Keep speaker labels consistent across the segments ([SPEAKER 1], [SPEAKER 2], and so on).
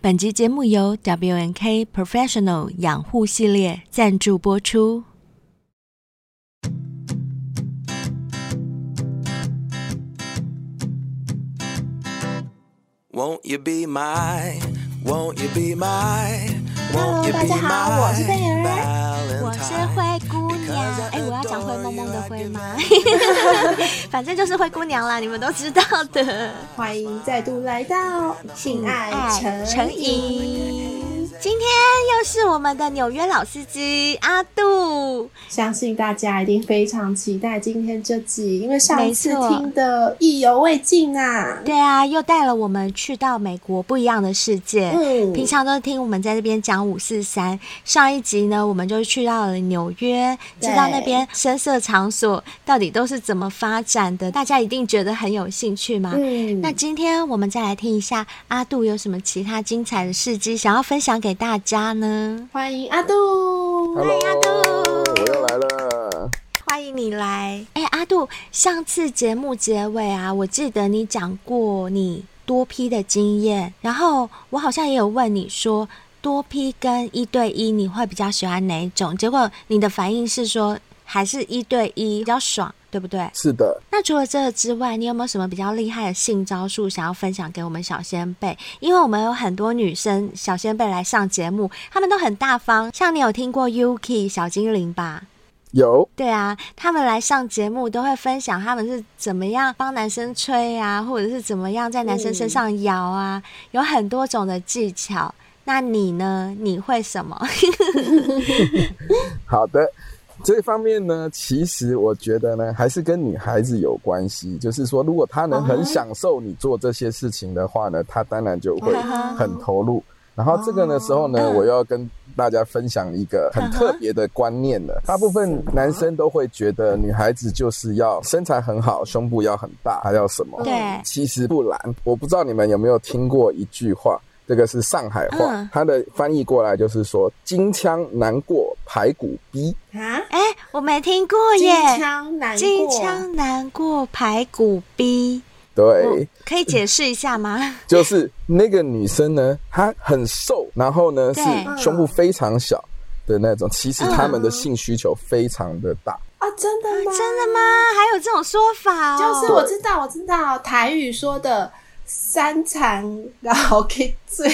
[SPEAKER 1] 本集节目由 W N K Professional 养护系列赞助播出。
[SPEAKER 2] Won't you be my? Won't you be my?
[SPEAKER 3] Hello，
[SPEAKER 2] Hello，
[SPEAKER 3] 大
[SPEAKER 2] 大
[SPEAKER 3] 家
[SPEAKER 2] 家
[SPEAKER 3] 好
[SPEAKER 2] 好，
[SPEAKER 3] 我
[SPEAKER 2] 我
[SPEAKER 3] 是
[SPEAKER 2] 是
[SPEAKER 3] 贝
[SPEAKER 2] 贝
[SPEAKER 3] 儿
[SPEAKER 2] 儿，
[SPEAKER 1] 我
[SPEAKER 2] 我
[SPEAKER 1] 是
[SPEAKER 2] 是
[SPEAKER 1] 灰
[SPEAKER 2] 灰
[SPEAKER 1] 姑
[SPEAKER 2] 姑
[SPEAKER 1] 娘
[SPEAKER 2] 娘。，
[SPEAKER 1] 哎，
[SPEAKER 2] 哎，
[SPEAKER 1] 我
[SPEAKER 2] 我
[SPEAKER 1] 要
[SPEAKER 2] 要
[SPEAKER 1] 讲
[SPEAKER 2] 讲
[SPEAKER 1] 灰
[SPEAKER 2] 灰
[SPEAKER 1] 蒙蒙
[SPEAKER 2] 蒙蒙
[SPEAKER 1] 的
[SPEAKER 2] 的
[SPEAKER 1] 灰
[SPEAKER 2] 灰
[SPEAKER 1] 吗？
[SPEAKER 2] 吗？
[SPEAKER 1] 反正就是灰姑娘啦，你们都知道的。
[SPEAKER 3] 欢迎再度来到性爱成
[SPEAKER 1] 成瘾。今天又是我们的纽约老司机阿杜，
[SPEAKER 3] 相信大家一定非常期待今天这集，因为上次
[SPEAKER 1] 没错
[SPEAKER 3] 听的意犹未尽啊。
[SPEAKER 1] 对啊，又带了我们去到美国不一样的世界。
[SPEAKER 3] 嗯，
[SPEAKER 1] 平常都听我们在这边讲五四三，上一集呢，我们就去到了纽约，知道那边声色场所到底都是怎么发展的，大家一定觉得很有兴趣嘛。
[SPEAKER 3] 嗯，
[SPEAKER 1] 那今天我们再来听一下阿杜有什么其他精彩的事迹想要分享给大家呢？
[SPEAKER 3] 欢迎阿杜。
[SPEAKER 4] Hello，
[SPEAKER 1] 嗨阿杜
[SPEAKER 4] 我又来了。
[SPEAKER 1] 欢迎你来。哎，阿杜，上次节目结尾啊，我记得你讲过你多批的经验，然后我好像也有问你说多批跟一对一你会比较喜欢哪一种，结果你的反应是说还是一对一比较爽，对不对？
[SPEAKER 4] 是的，
[SPEAKER 1] 那除了这个之外，你有没有什么比较厉害的性招数想要分享给我们小先辈？因为我们有很多女生小先辈来上节目，她们都很大方。像你有听过 Yuki 小精灵吧？
[SPEAKER 4] 有
[SPEAKER 1] 对啊，他们来上节目都会分享他们是怎么样帮男生吹啊，或者是怎么样在男生身
[SPEAKER 3] 嗯
[SPEAKER 1] 上摇啊，有很多种的技巧。那你呢？你会什么？
[SPEAKER 4] 好的。这方面呢，其实我觉得呢，还是跟女孩子有关系。就是说，如果她能很享受你做这些事情的话呢，她当然就会
[SPEAKER 3] 哦
[SPEAKER 4] 很投入。然后这个的时候呢，
[SPEAKER 1] 嗯
[SPEAKER 4] 我又要跟大家分享一个很特别的观念了。大部分男生都会觉得女孩子就是要身材很好，胸部要很大，还要什么？
[SPEAKER 3] 哦
[SPEAKER 1] 对，
[SPEAKER 4] 其实不然，我不知道你们有没有听过一句话，这个是上海话，
[SPEAKER 1] 嗯
[SPEAKER 4] 它的翻译过来就是说“金枪难过排骨逼
[SPEAKER 3] 啊，
[SPEAKER 1] 哎、我没听过
[SPEAKER 3] 金
[SPEAKER 1] 哦耶。
[SPEAKER 3] 枪难过，
[SPEAKER 1] 金枪难过排骨逼，”，我
[SPEAKER 4] 对，
[SPEAKER 1] 可以解释一下吗？
[SPEAKER 4] 就是那个女生呢，她很瘦，然后呢是
[SPEAKER 1] 对
[SPEAKER 4] 胸部非常小的那种，其实她们的
[SPEAKER 3] 嗯
[SPEAKER 4] 性需求非常的
[SPEAKER 1] 嗯
[SPEAKER 4] 大。
[SPEAKER 3] 啊，真的吗？
[SPEAKER 1] 真的吗？还有这种说法哦？
[SPEAKER 3] 就是我知道，我知道台语说的三长老给嘴，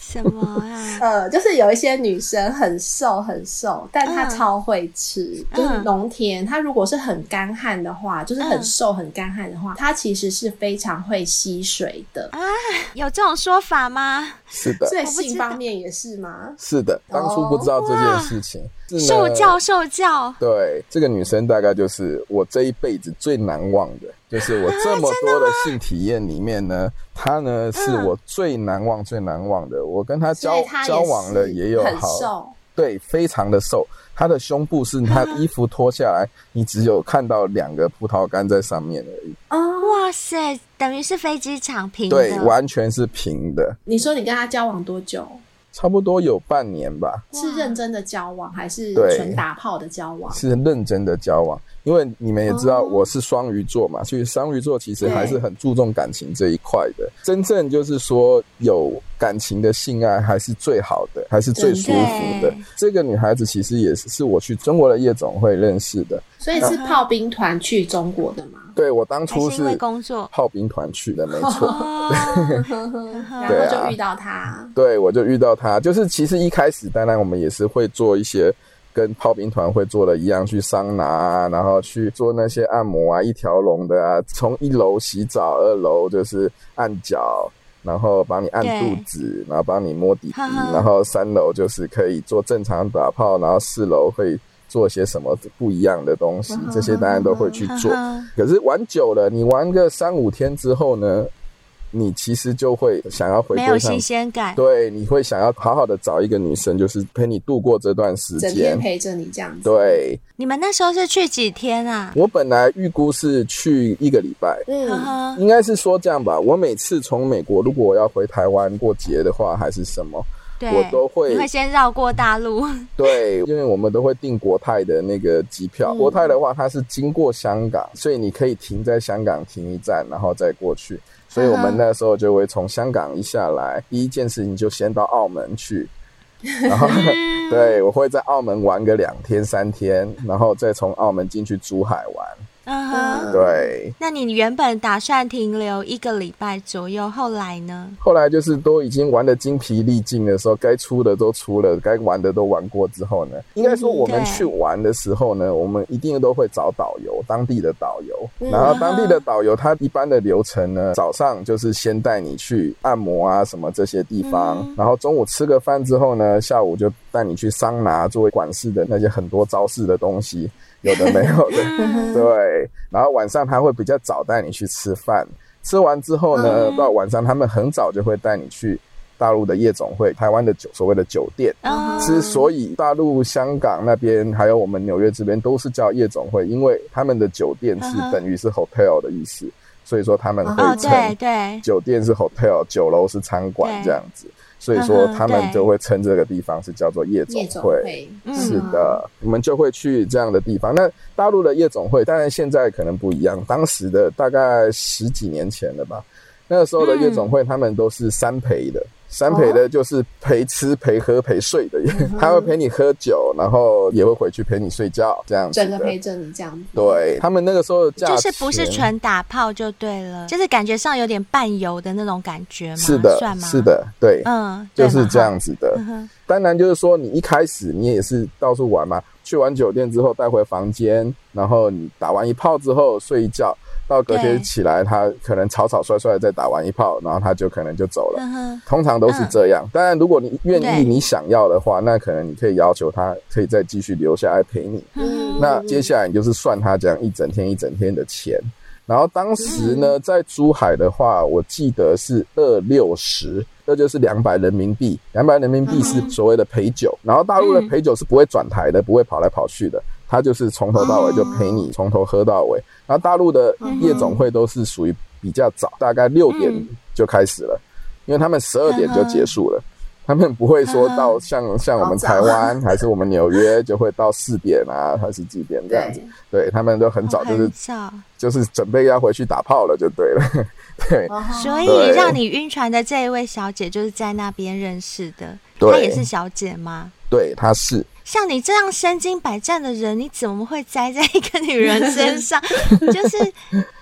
[SPEAKER 1] 什么啊？
[SPEAKER 3] 呃，就是有一些女生很瘦很瘦，但她
[SPEAKER 1] 嗯
[SPEAKER 3] 超会吃，就是
[SPEAKER 1] 嗯
[SPEAKER 3] 农田。她如果是很干旱的话，就是很
[SPEAKER 1] 嗯
[SPEAKER 3] 瘦很干旱的话，她其实是非常会吸水的。
[SPEAKER 1] 有这种说法吗？
[SPEAKER 4] 是的，
[SPEAKER 3] 所以
[SPEAKER 1] 啊我不知
[SPEAKER 3] 性
[SPEAKER 1] 道
[SPEAKER 3] 方面也是吗？
[SPEAKER 4] 是的，当初不知道这件事情，是呢
[SPEAKER 1] 受教受教，
[SPEAKER 4] 对，这个女生大概就是我这一辈子最难忘的，就是我这么多的性体验里面呢，她呢是我最难忘、最难忘的。我跟她
[SPEAKER 3] 所
[SPEAKER 4] 交
[SPEAKER 3] 以她也
[SPEAKER 4] 交往了
[SPEAKER 3] 是
[SPEAKER 4] 也有
[SPEAKER 3] 很
[SPEAKER 4] 好，
[SPEAKER 3] 瘦，
[SPEAKER 4] 对，非常的瘦，她的胸部是她衣服脱下来，你只有看到两个葡萄干在上面而已，
[SPEAKER 3] 哦，
[SPEAKER 1] 哇塞，等于是飞机场平的，
[SPEAKER 4] 对，完全是平的，
[SPEAKER 3] 你说你跟他交往多久？
[SPEAKER 4] 差不多有半年吧。
[SPEAKER 3] 是认真的交往还是
[SPEAKER 4] 对
[SPEAKER 3] 纯打炮的交往？
[SPEAKER 4] 是认真的交往，因为你们也知道
[SPEAKER 3] 哦
[SPEAKER 4] 我是双鱼座嘛，所以双鱼座其实
[SPEAKER 3] 对
[SPEAKER 4] 还是很注重感情这一块的。真正就是说有感情的性爱还是最好的，还是最舒服的
[SPEAKER 1] 嗯对。
[SPEAKER 4] 这个女孩子其实也是是我去中国的夜总会认识的，
[SPEAKER 3] 所以是
[SPEAKER 1] 嗯
[SPEAKER 3] 炮兵团去中国的吗？
[SPEAKER 4] 对我当
[SPEAKER 1] 还
[SPEAKER 4] 初
[SPEAKER 1] 是因为工作？
[SPEAKER 4] 炮兵团去的，没错。
[SPEAKER 1] 哦，
[SPEAKER 3] 然
[SPEAKER 4] 对
[SPEAKER 3] 后
[SPEAKER 4] 啊
[SPEAKER 3] 就遇到他，
[SPEAKER 4] 对，我就遇到他，就是其实一开始，当然我们也是会做一些跟炮兵团会做的一样，去桑拿啊，然后去做那些按摩啊，一条龙的啊，从一楼洗澡，二楼就是按脚，然后帮你按
[SPEAKER 1] 对
[SPEAKER 4] 肚子，然后帮你摸底底
[SPEAKER 1] 哈哈，
[SPEAKER 4] 然后三楼就是可以做正常打炮，然后四楼会做些什么不一样的东西
[SPEAKER 3] 嗯，
[SPEAKER 4] 这些当然都会去
[SPEAKER 1] 哈
[SPEAKER 4] 做。
[SPEAKER 1] 哈
[SPEAKER 4] 可是玩久了，你玩个三五天之后呢，你其实就会想要回
[SPEAKER 1] 没有
[SPEAKER 4] 归上
[SPEAKER 1] 新鲜感，
[SPEAKER 4] 对，你会想要好好的找一个女生，就是陪你度过这段时
[SPEAKER 3] 整天
[SPEAKER 4] 间。
[SPEAKER 3] 陪着你这样子。，
[SPEAKER 4] 对
[SPEAKER 1] 你们那时候是去几天啊？
[SPEAKER 4] 我本来预估是去一个礼拜，
[SPEAKER 1] 呵
[SPEAKER 3] 嗯，
[SPEAKER 1] 呵，
[SPEAKER 4] 应该是说这样吧。我每次从美国，如果我要回台湾过节的话，还是什么，
[SPEAKER 1] 对，
[SPEAKER 4] 我都会
[SPEAKER 1] 你会先绕过大陆，
[SPEAKER 4] 对，因为我们都会订国泰的那个机票。
[SPEAKER 3] 嗯
[SPEAKER 4] 国泰的话，它是经过香港，所以你可以停在香港停一站，然后再过去。所以我
[SPEAKER 3] 嗯
[SPEAKER 4] 们那时候就会从香港一下来，第一件事情就先到澳门 去，然后对我会在澳门玩个两天三天，然后再从澳门进去珠海玩。
[SPEAKER 5] 嗯哼。
[SPEAKER 3] 嗯
[SPEAKER 4] 对，
[SPEAKER 5] 那你原本打算停留一个礼拜左右，后来呢？
[SPEAKER 4] 后来就是都已经玩的精疲力尽的时候，该出的都出了，该玩的都玩过之后呢，应该说我们
[SPEAKER 5] 嗯对
[SPEAKER 4] 去玩的时候呢，我们一定都会找导游，当地的导游。
[SPEAKER 3] 嗯
[SPEAKER 4] 然后当地的导游他一般的流程呢，早上就是先带你去按摩啊什么这些地方
[SPEAKER 5] 嗯，
[SPEAKER 4] 然后中午吃个饭之后呢，下午就带你去桑拿做管式的那些很多招式的东西，有的没有的。
[SPEAKER 5] 嗯
[SPEAKER 4] 对，然后晚上他会比较早带你去吃饭，吃完之后呢，
[SPEAKER 5] 嗯
[SPEAKER 4] 到晚上他们很早就会带你去大陆的夜总会、台湾的酒所谓的酒店。
[SPEAKER 5] 嗯
[SPEAKER 4] 之所以大陆、香港那边还有我们纽约这边都是叫夜总会，因为他们的酒店是
[SPEAKER 5] 嗯哼
[SPEAKER 4] 等于是 hotel 的意思，所以说他们
[SPEAKER 5] 哦
[SPEAKER 4] 会，称
[SPEAKER 5] 对对，
[SPEAKER 4] 酒店是 hotel，酒楼是餐馆
[SPEAKER 5] 对
[SPEAKER 4] 这样子，所以说
[SPEAKER 5] 嗯哼
[SPEAKER 4] 他们
[SPEAKER 5] 对
[SPEAKER 4] 就会称这个地方是叫做夜
[SPEAKER 3] 夜
[SPEAKER 4] 总
[SPEAKER 3] 总
[SPEAKER 4] 会。
[SPEAKER 3] 会，
[SPEAKER 5] 嗯
[SPEAKER 4] 是的，我们就会去这样的地方。那大陆的夜总会，当然现在可能不一样，当时的大概十几年前了吧。那个时候的夜总会，他们都是三陪的，三陪的就是陪吃、陪喝、陪睡的，哦嗯 他会陪你喝酒，然后也会回去陪你睡觉，这样子
[SPEAKER 3] 整个
[SPEAKER 4] 的。
[SPEAKER 3] 陪着你这样子。
[SPEAKER 4] 对他们那个时候的价
[SPEAKER 5] 就是不是
[SPEAKER 4] 钱
[SPEAKER 5] 纯打炮就对了，就是感觉上有点伴游的那种感觉嘛，
[SPEAKER 4] 是的
[SPEAKER 5] 算，吗？
[SPEAKER 4] 是，的，对，
[SPEAKER 5] 嗯，对
[SPEAKER 4] 就
[SPEAKER 5] 嘛
[SPEAKER 4] 是这。样子的。
[SPEAKER 5] 嗯哼
[SPEAKER 4] 当然，就是说你一开始你也是到处玩嘛，去完酒店之后带回房间，然后你打完一炮之后睡一觉，到隔
[SPEAKER 5] 对
[SPEAKER 4] 天起来他可能草草率率地再打完一炮，然后他就可能就走了。
[SPEAKER 5] 嗯哼，
[SPEAKER 4] 通常都是这样。当然，如果你愿
[SPEAKER 5] 对
[SPEAKER 4] 意、你想要的话，那可能你可以要求他可以再继续留下来陪你。
[SPEAKER 5] 嗯哼，
[SPEAKER 4] 那接下来你就是算他这样一整天一整天的钱。然后当时呢，在珠海的话，我记得是二六十，这就是两百人民币。两百人民币是所谓的陪酒，然后大陆的陪酒是不会转台的，不会跑来跑去的，他就是从头到尾就陪你从头喝到尾。然后大陆的夜总会都是属于比较早，大概六点
[SPEAKER 5] 嗯
[SPEAKER 4] 就开始了，因为他们十二点就结束了。他们不会说到像像我们台湾还是我们纽约就会到四点啊，还是几点这样子
[SPEAKER 3] 对。，
[SPEAKER 4] 对他们都很早，就是
[SPEAKER 5] 哦很早，
[SPEAKER 4] 就是准备要回去打炮了，就对了。 对
[SPEAKER 3] 然后
[SPEAKER 5] 所以
[SPEAKER 4] 对
[SPEAKER 5] 让你晕船的这一位小姐就是在那边认识的，
[SPEAKER 4] 对
[SPEAKER 5] 她也是小姐吗？
[SPEAKER 4] 对，他是
[SPEAKER 5] 像你这样身经百战的人，你怎么会栽在一个女人身上？ 就是，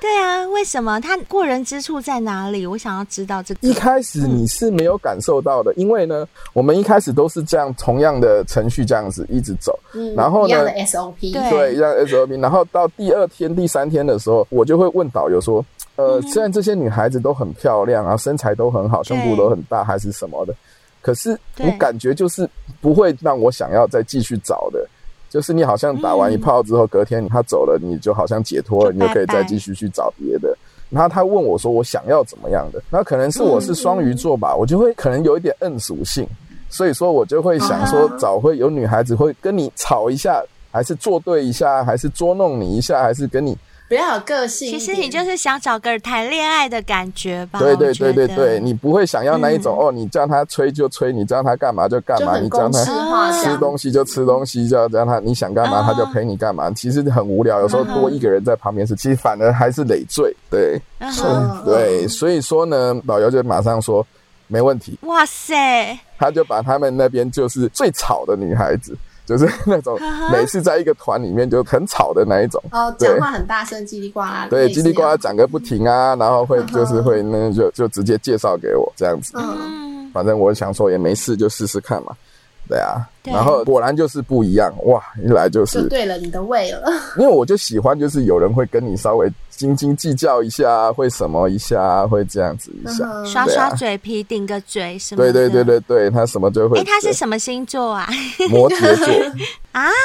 [SPEAKER 5] 对啊，为什么？她过人之处在哪里？我想要知道这个。
[SPEAKER 4] 一开始你是没有感受到的，因为呢，我们一开始都是这样同样的程序这样子一直走，
[SPEAKER 3] 嗯
[SPEAKER 4] 然后呢
[SPEAKER 3] 一样的 SOP，
[SPEAKER 5] 对
[SPEAKER 4] 对，让 SOP。然后到第二天、第三天的时候，我就会问导游说：“呃，虽然这些女孩子都很漂亮，然后身材都很好，胸部
[SPEAKER 5] 嗯对
[SPEAKER 4] 都很大，还是什么的，可是
[SPEAKER 5] 对
[SPEAKER 4] 我感觉就是不会让我想要再继续找的。”就是你好像打完一
[SPEAKER 5] 嗯
[SPEAKER 4] 炮之后，隔天她走了，你就好像解脱了，
[SPEAKER 5] 就
[SPEAKER 4] 你就可以
[SPEAKER 5] 拜拜
[SPEAKER 4] 再继续去找别的。然后他问我说我想要怎么样的，那可能是我是双鱼座吧，我就会可能有一点摁属性，所以说我就会想说
[SPEAKER 3] 啊
[SPEAKER 4] 找会有女孩子会跟你吵一下，还是作对一下，还是捉弄你一下，还是跟你
[SPEAKER 3] 比较有个性一
[SPEAKER 5] 其
[SPEAKER 3] 点。
[SPEAKER 5] 实你就是想找个谈恋爱的感觉吧？
[SPEAKER 4] 对对
[SPEAKER 5] 我觉
[SPEAKER 4] 对
[SPEAKER 5] 得
[SPEAKER 4] 对对，你不会想要那一种哦，你叫他吹就吹，你叫他干嘛就干
[SPEAKER 3] 嗯就
[SPEAKER 4] 嘛，
[SPEAKER 3] 很
[SPEAKER 4] 你叫
[SPEAKER 3] 公式
[SPEAKER 4] 他。
[SPEAKER 3] 化这
[SPEAKER 4] 吃
[SPEAKER 3] 样，
[SPEAKER 4] 东西就吃东西，叫叫他你想干嘛
[SPEAKER 5] 啊
[SPEAKER 4] 他就陪你干嘛，其实很无聊。有时候
[SPEAKER 5] 嗯
[SPEAKER 4] 多一个人在旁边是，其实反而还是累赘。对，
[SPEAKER 3] 嗯
[SPEAKER 5] 嗯哼
[SPEAKER 4] 对，所以说呢，导游就马上说没问题，
[SPEAKER 5] 哇塞，
[SPEAKER 4] 他就把他们那边就是最吵的女孩子，就是那种
[SPEAKER 5] 啊哈
[SPEAKER 4] 每次在一个团里面就很吵的那一种。
[SPEAKER 3] 哦，
[SPEAKER 4] 对
[SPEAKER 3] 讲话很大声，叽里呱啦，
[SPEAKER 4] 对，
[SPEAKER 3] 类似
[SPEAKER 4] 叽里呱啦
[SPEAKER 3] 这样，
[SPEAKER 4] 讲个不停啊，然后会
[SPEAKER 3] 啊哈
[SPEAKER 4] 就是会那就就直接介绍给我这样子，
[SPEAKER 3] 嗯，
[SPEAKER 5] 嗯，
[SPEAKER 4] 反正我想说也没事，就试试看嘛，对啊，
[SPEAKER 5] 对
[SPEAKER 4] 然后果然就是不一样哇，一来就是
[SPEAKER 3] 就对了你的胃了，
[SPEAKER 4] 因为我就喜欢，就是有人会跟你稍微斤斤计较一下，会什么一下，会这样子一下。
[SPEAKER 3] 嗯
[SPEAKER 5] 刷
[SPEAKER 4] 对啊
[SPEAKER 5] 刷嘴皮，顶个嘴什么
[SPEAKER 4] 对
[SPEAKER 5] 的。
[SPEAKER 4] 对对。对对，他什么就会。
[SPEAKER 5] 哎，他是什么星座啊？
[SPEAKER 4] 摩羯座，
[SPEAKER 5] 啊，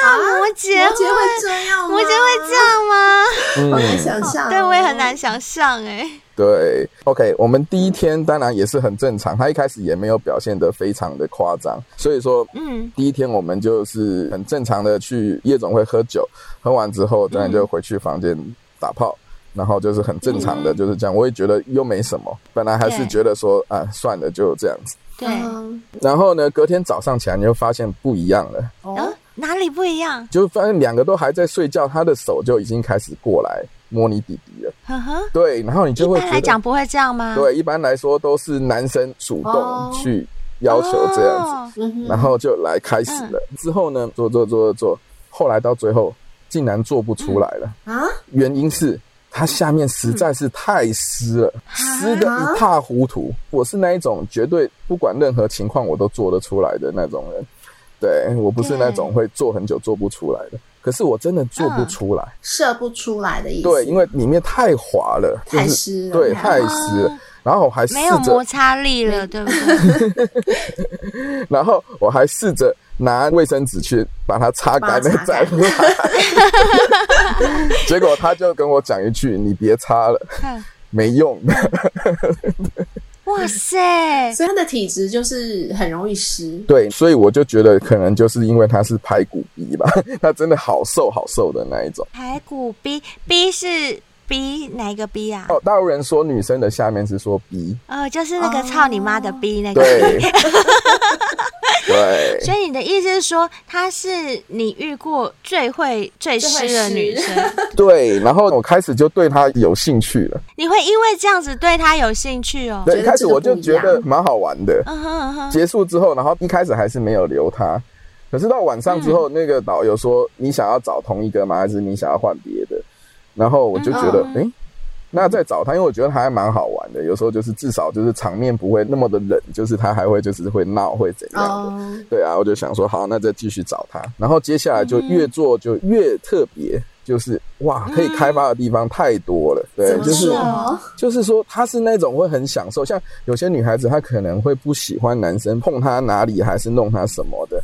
[SPEAKER 3] 摩羯
[SPEAKER 5] 摩羯，
[SPEAKER 3] 会啊这样吗？
[SPEAKER 5] 摩羯会这样吗？
[SPEAKER 3] 很难
[SPEAKER 4] 嗯，
[SPEAKER 3] 想象，啊
[SPEAKER 5] 对，我也很难想象哎。
[SPEAKER 4] 对，OK，我们第一天当然也是很正常，他一开始也没有表现得非常的夸张，所以说
[SPEAKER 5] 嗯，
[SPEAKER 4] 第一天我们就是很正常的去夜总会喝酒，喝完之后当然就回去房间打炮，然后就是很正常的
[SPEAKER 1] 嗯
[SPEAKER 4] 就是这样，我也觉得又没什么，本来还是
[SPEAKER 5] 对
[SPEAKER 4] 觉得说啊算了就这样子，
[SPEAKER 5] 对。
[SPEAKER 3] 嗯，
[SPEAKER 4] 然后呢隔天早上起来你就发现不一样了，
[SPEAKER 5] 啊
[SPEAKER 3] 哦，，
[SPEAKER 5] 哪里不一样？
[SPEAKER 4] 就发现两个都还在睡觉，他的手就已经开始过来摸你弟弟了。
[SPEAKER 1] 呵呵，
[SPEAKER 4] 对，然后你就
[SPEAKER 1] 一
[SPEAKER 4] 会
[SPEAKER 1] 般
[SPEAKER 4] 觉
[SPEAKER 1] 来
[SPEAKER 4] 得
[SPEAKER 1] 讲，不会这样吗？
[SPEAKER 4] 对，一般来说都是男生主
[SPEAKER 3] 啊哦
[SPEAKER 4] 动去要求这样子，
[SPEAKER 1] 子。
[SPEAKER 3] 嗯哼，
[SPEAKER 4] 然后就来开始了。之后呢，做做做做，后来到最后竟然做不出来了，
[SPEAKER 5] 嗯
[SPEAKER 3] 啊，
[SPEAKER 4] 原因是。它下面实
[SPEAKER 3] 嗯
[SPEAKER 4] 在是太湿了，
[SPEAKER 3] 啊
[SPEAKER 4] 湿的一塌糊涂。我是那一种绝对不管任何情况我都做得出来的那种人，对我不是那种会做很久做不出来的。可是我真的做不
[SPEAKER 1] 嗯
[SPEAKER 4] 出来，
[SPEAKER 3] 射不出来的意思。
[SPEAKER 4] 对，因为里面太滑了，就
[SPEAKER 3] 太
[SPEAKER 4] 是
[SPEAKER 3] 湿了
[SPEAKER 4] 对，
[SPEAKER 3] 啊
[SPEAKER 4] 太湿了。然后我还试
[SPEAKER 1] 没有摩
[SPEAKER 4] 着，
[SPEAKER 1] 擦力了，对不对？
[SPEAKER 4] 然后我还试着拿卫生纸去把它擦干，
[SPEAKER 3] 把它
[SPEAKER 4] 再
[SPEAKER 3] 擦
[SPEAKER 4] 再
[SPEAKER 3] 干
[SPEAKER 4] 结果他就跟我讲一句：“你别擦了，
[SPEAKER 1] 嗯
[SPEAKER 4] 没用的。
[SPEAKER 1] 哇塞，
[SPEAKER 3] 所以他的体质就是很容易湿”。
[SPEAKER 4] 对，所以我就觉得可能就是因为他是排骨鼻吧，他真的好瘦好瘦的那一种。
[SPEAKER 1] 排骨 B B 是 B 哪一个 B 啊？
[SPEAKER 4] 哦，大陆人说女生的下面是说鼻，
[SPEAKER 1] 呃，就是那个操你妈的逼那个。
[SPEAKER 4] 对，对，
[SPEAKER 1] 所以你的意思是说，她是你遇过最会最湿的女
[SPEAKER 3] 最
[SPEAKER 1] 生，
[SPEAKER 4] 对。然后我开始就对他有兴趣了。
[SPEAKER 1] 你会因为这样子对她有兴趣哦？
[SPEAKER 4] 对，
[SPEAKER 3] 觉
[SPEAKER 4] 一
[SPEAKER 3] 得
[SPEAKER 4] 开始
[SPEAKER 3] 这个
[SPEAKER 4] 我就
[SPEAKER 3] 不一
[SPEAKER 4] 觉得
[SPEAKER 3] 样
[SPEAKER 4] 蛮好玩的。
[SPEAKER 1] 嗯哼嗯哼，
[SPEAKER 4] 结束之后，然后一开始还是没有留他，可是到晚上之
[SPEAKER 3] 嗯
[SPEAKER 4] 后，那个导游说你想要找同一个吗？还是你想要换别的？然后我就觉得，
[SPEAKER 1] 嗯
[SPEAKER 4] 诶，那再找他，因为我觉得他还蛮好玩的。有时候就是至少就是场面不会那么的冷，就是他还会就是会闹会怎样的。
[SPEAKER 3] 哦，
[SPEAKER 4] 对啊，我就想说好，那再继续找他。然后接下来就越做就越特别，就是哇，可以开发的地方太多了。对
[SPEAKER 3] 嗯怎，么
[SPEAKER 4] 就是
[SPEAKER 3] 说？啊
[SPEAKER 4] 就是说，她是那种会很享受，像有些女孩子，她可能会不喜欢男生碰她哪里，还是弄她什么的。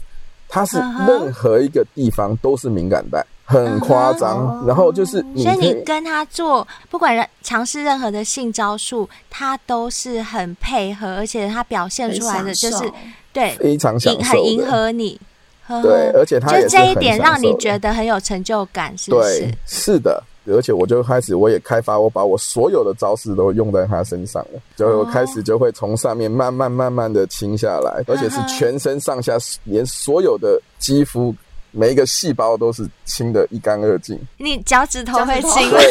[SPEAKER 4] 她是
[SPEAKER 1] 嗯哼
[SPEAKER 4] 任何一个地方都是敏感带，很夸张。
[SPEAKER 3] 哦
[SPEAKER 4] 然后就是
[SPEAKER 1] 嗯
[SPEAKER 4] 你
[SPEAKER 1] 所以
[SPEAKER 4] 嗯可以
[SPEAKER 1] 你跟她做，不管人尝试任何的性招数，她都是很配合，而且她表现出来的就是
[SPEAKER 3] 很享
[SPEAKER 1] 对，
[SPEAKER 4] 非常享
[SPEAKER 1] 迎
[SPEAKER 4] 受
[SPEAKER 1] 很迎
[SPEAKER 4] 的，
[SPEAKER 1] 合你。呵呵
[SPEAKER 4] 对，而且她也
[SPEAKER 1] 就是这一
[SPEAKER 4] 很
[SPEAKER 1] 点
[SPEAKER 4] 享
[SPEAKER 1] 让你
[SPEAKER 4] 受的
[SPEAKER 1] 觉得很有成就感，是不
[SPEAKER 4] 对
[SPEAKER 1] 是？，
[SPEAKER 4] 是的。而且我就开始，我也开发，我把我所有的招式都用在她身上了，就我开始就会从上面慢慢慢慢的清下来，而且是
[SPEAKER 1] 嗯哼
[SPEAKER 4] 全身上下，连所有的肌肤每一个细胞都是清的一干二净，
[SPEAKER 1] 你脚趾头会
[SPEAKER 3] 脚趾头
[SPEAKER 1] 青
[SPEAKER 4] 对，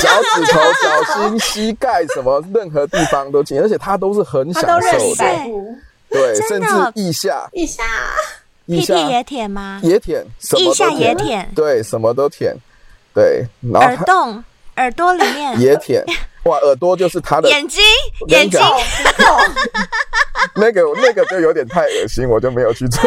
[SPEAKER 4] 脚趾头、脚心、膝盖什么任何地方都清，而且她都是很享
[SPEAKER 3] 他都认
[SPEAKER 4] 受
[SPEAKER 3] 一
[SPEAKER 4] 的，
[SPEAKER 3] 百步，
[SPEAKER 4] 对，
[SPEAKER 1] 真
[SPEAKER 4] 甚
[SPEAKER 1] 的
[SPEAKER 4] 至腋下、
[SPEAKER 3] 一下
[SPEAKER 4] 腋
[SPEAKER 1] 屁屁
[SPEAKER 4] 下
[SPEAKER 1] 也舔吗？
[SPEAKER 4] 也啊舔，什么
[SPEAKER 1] 腋
[SPEAKER 4] 都
[SPEAKER 1] 下也
[SPEAKER 4] 舔，
[SPEAKER 1] 舔，
[SPEAKER 4] 对，什么都舔，对，然后
[SPEAKER 1] 耳
[SPEAKER 4] 她。
[SPEAKER 1] 洞、耳朵里面、
[SPEAKER 4] 也舔，哇，耳朵就是他的
[SPEAKER 1] 眼睛、
[SPEAKER 4] 我跟
[SPEAKER 1] 眼
[SPEAKER 4] 你
[SPEAKER 1] 睛
[SPEAKER 4] 讲，
[SPEAKER 3] 痛，
[SPEAKER 4] 那个那个就有点太恶心，我就没有去 做。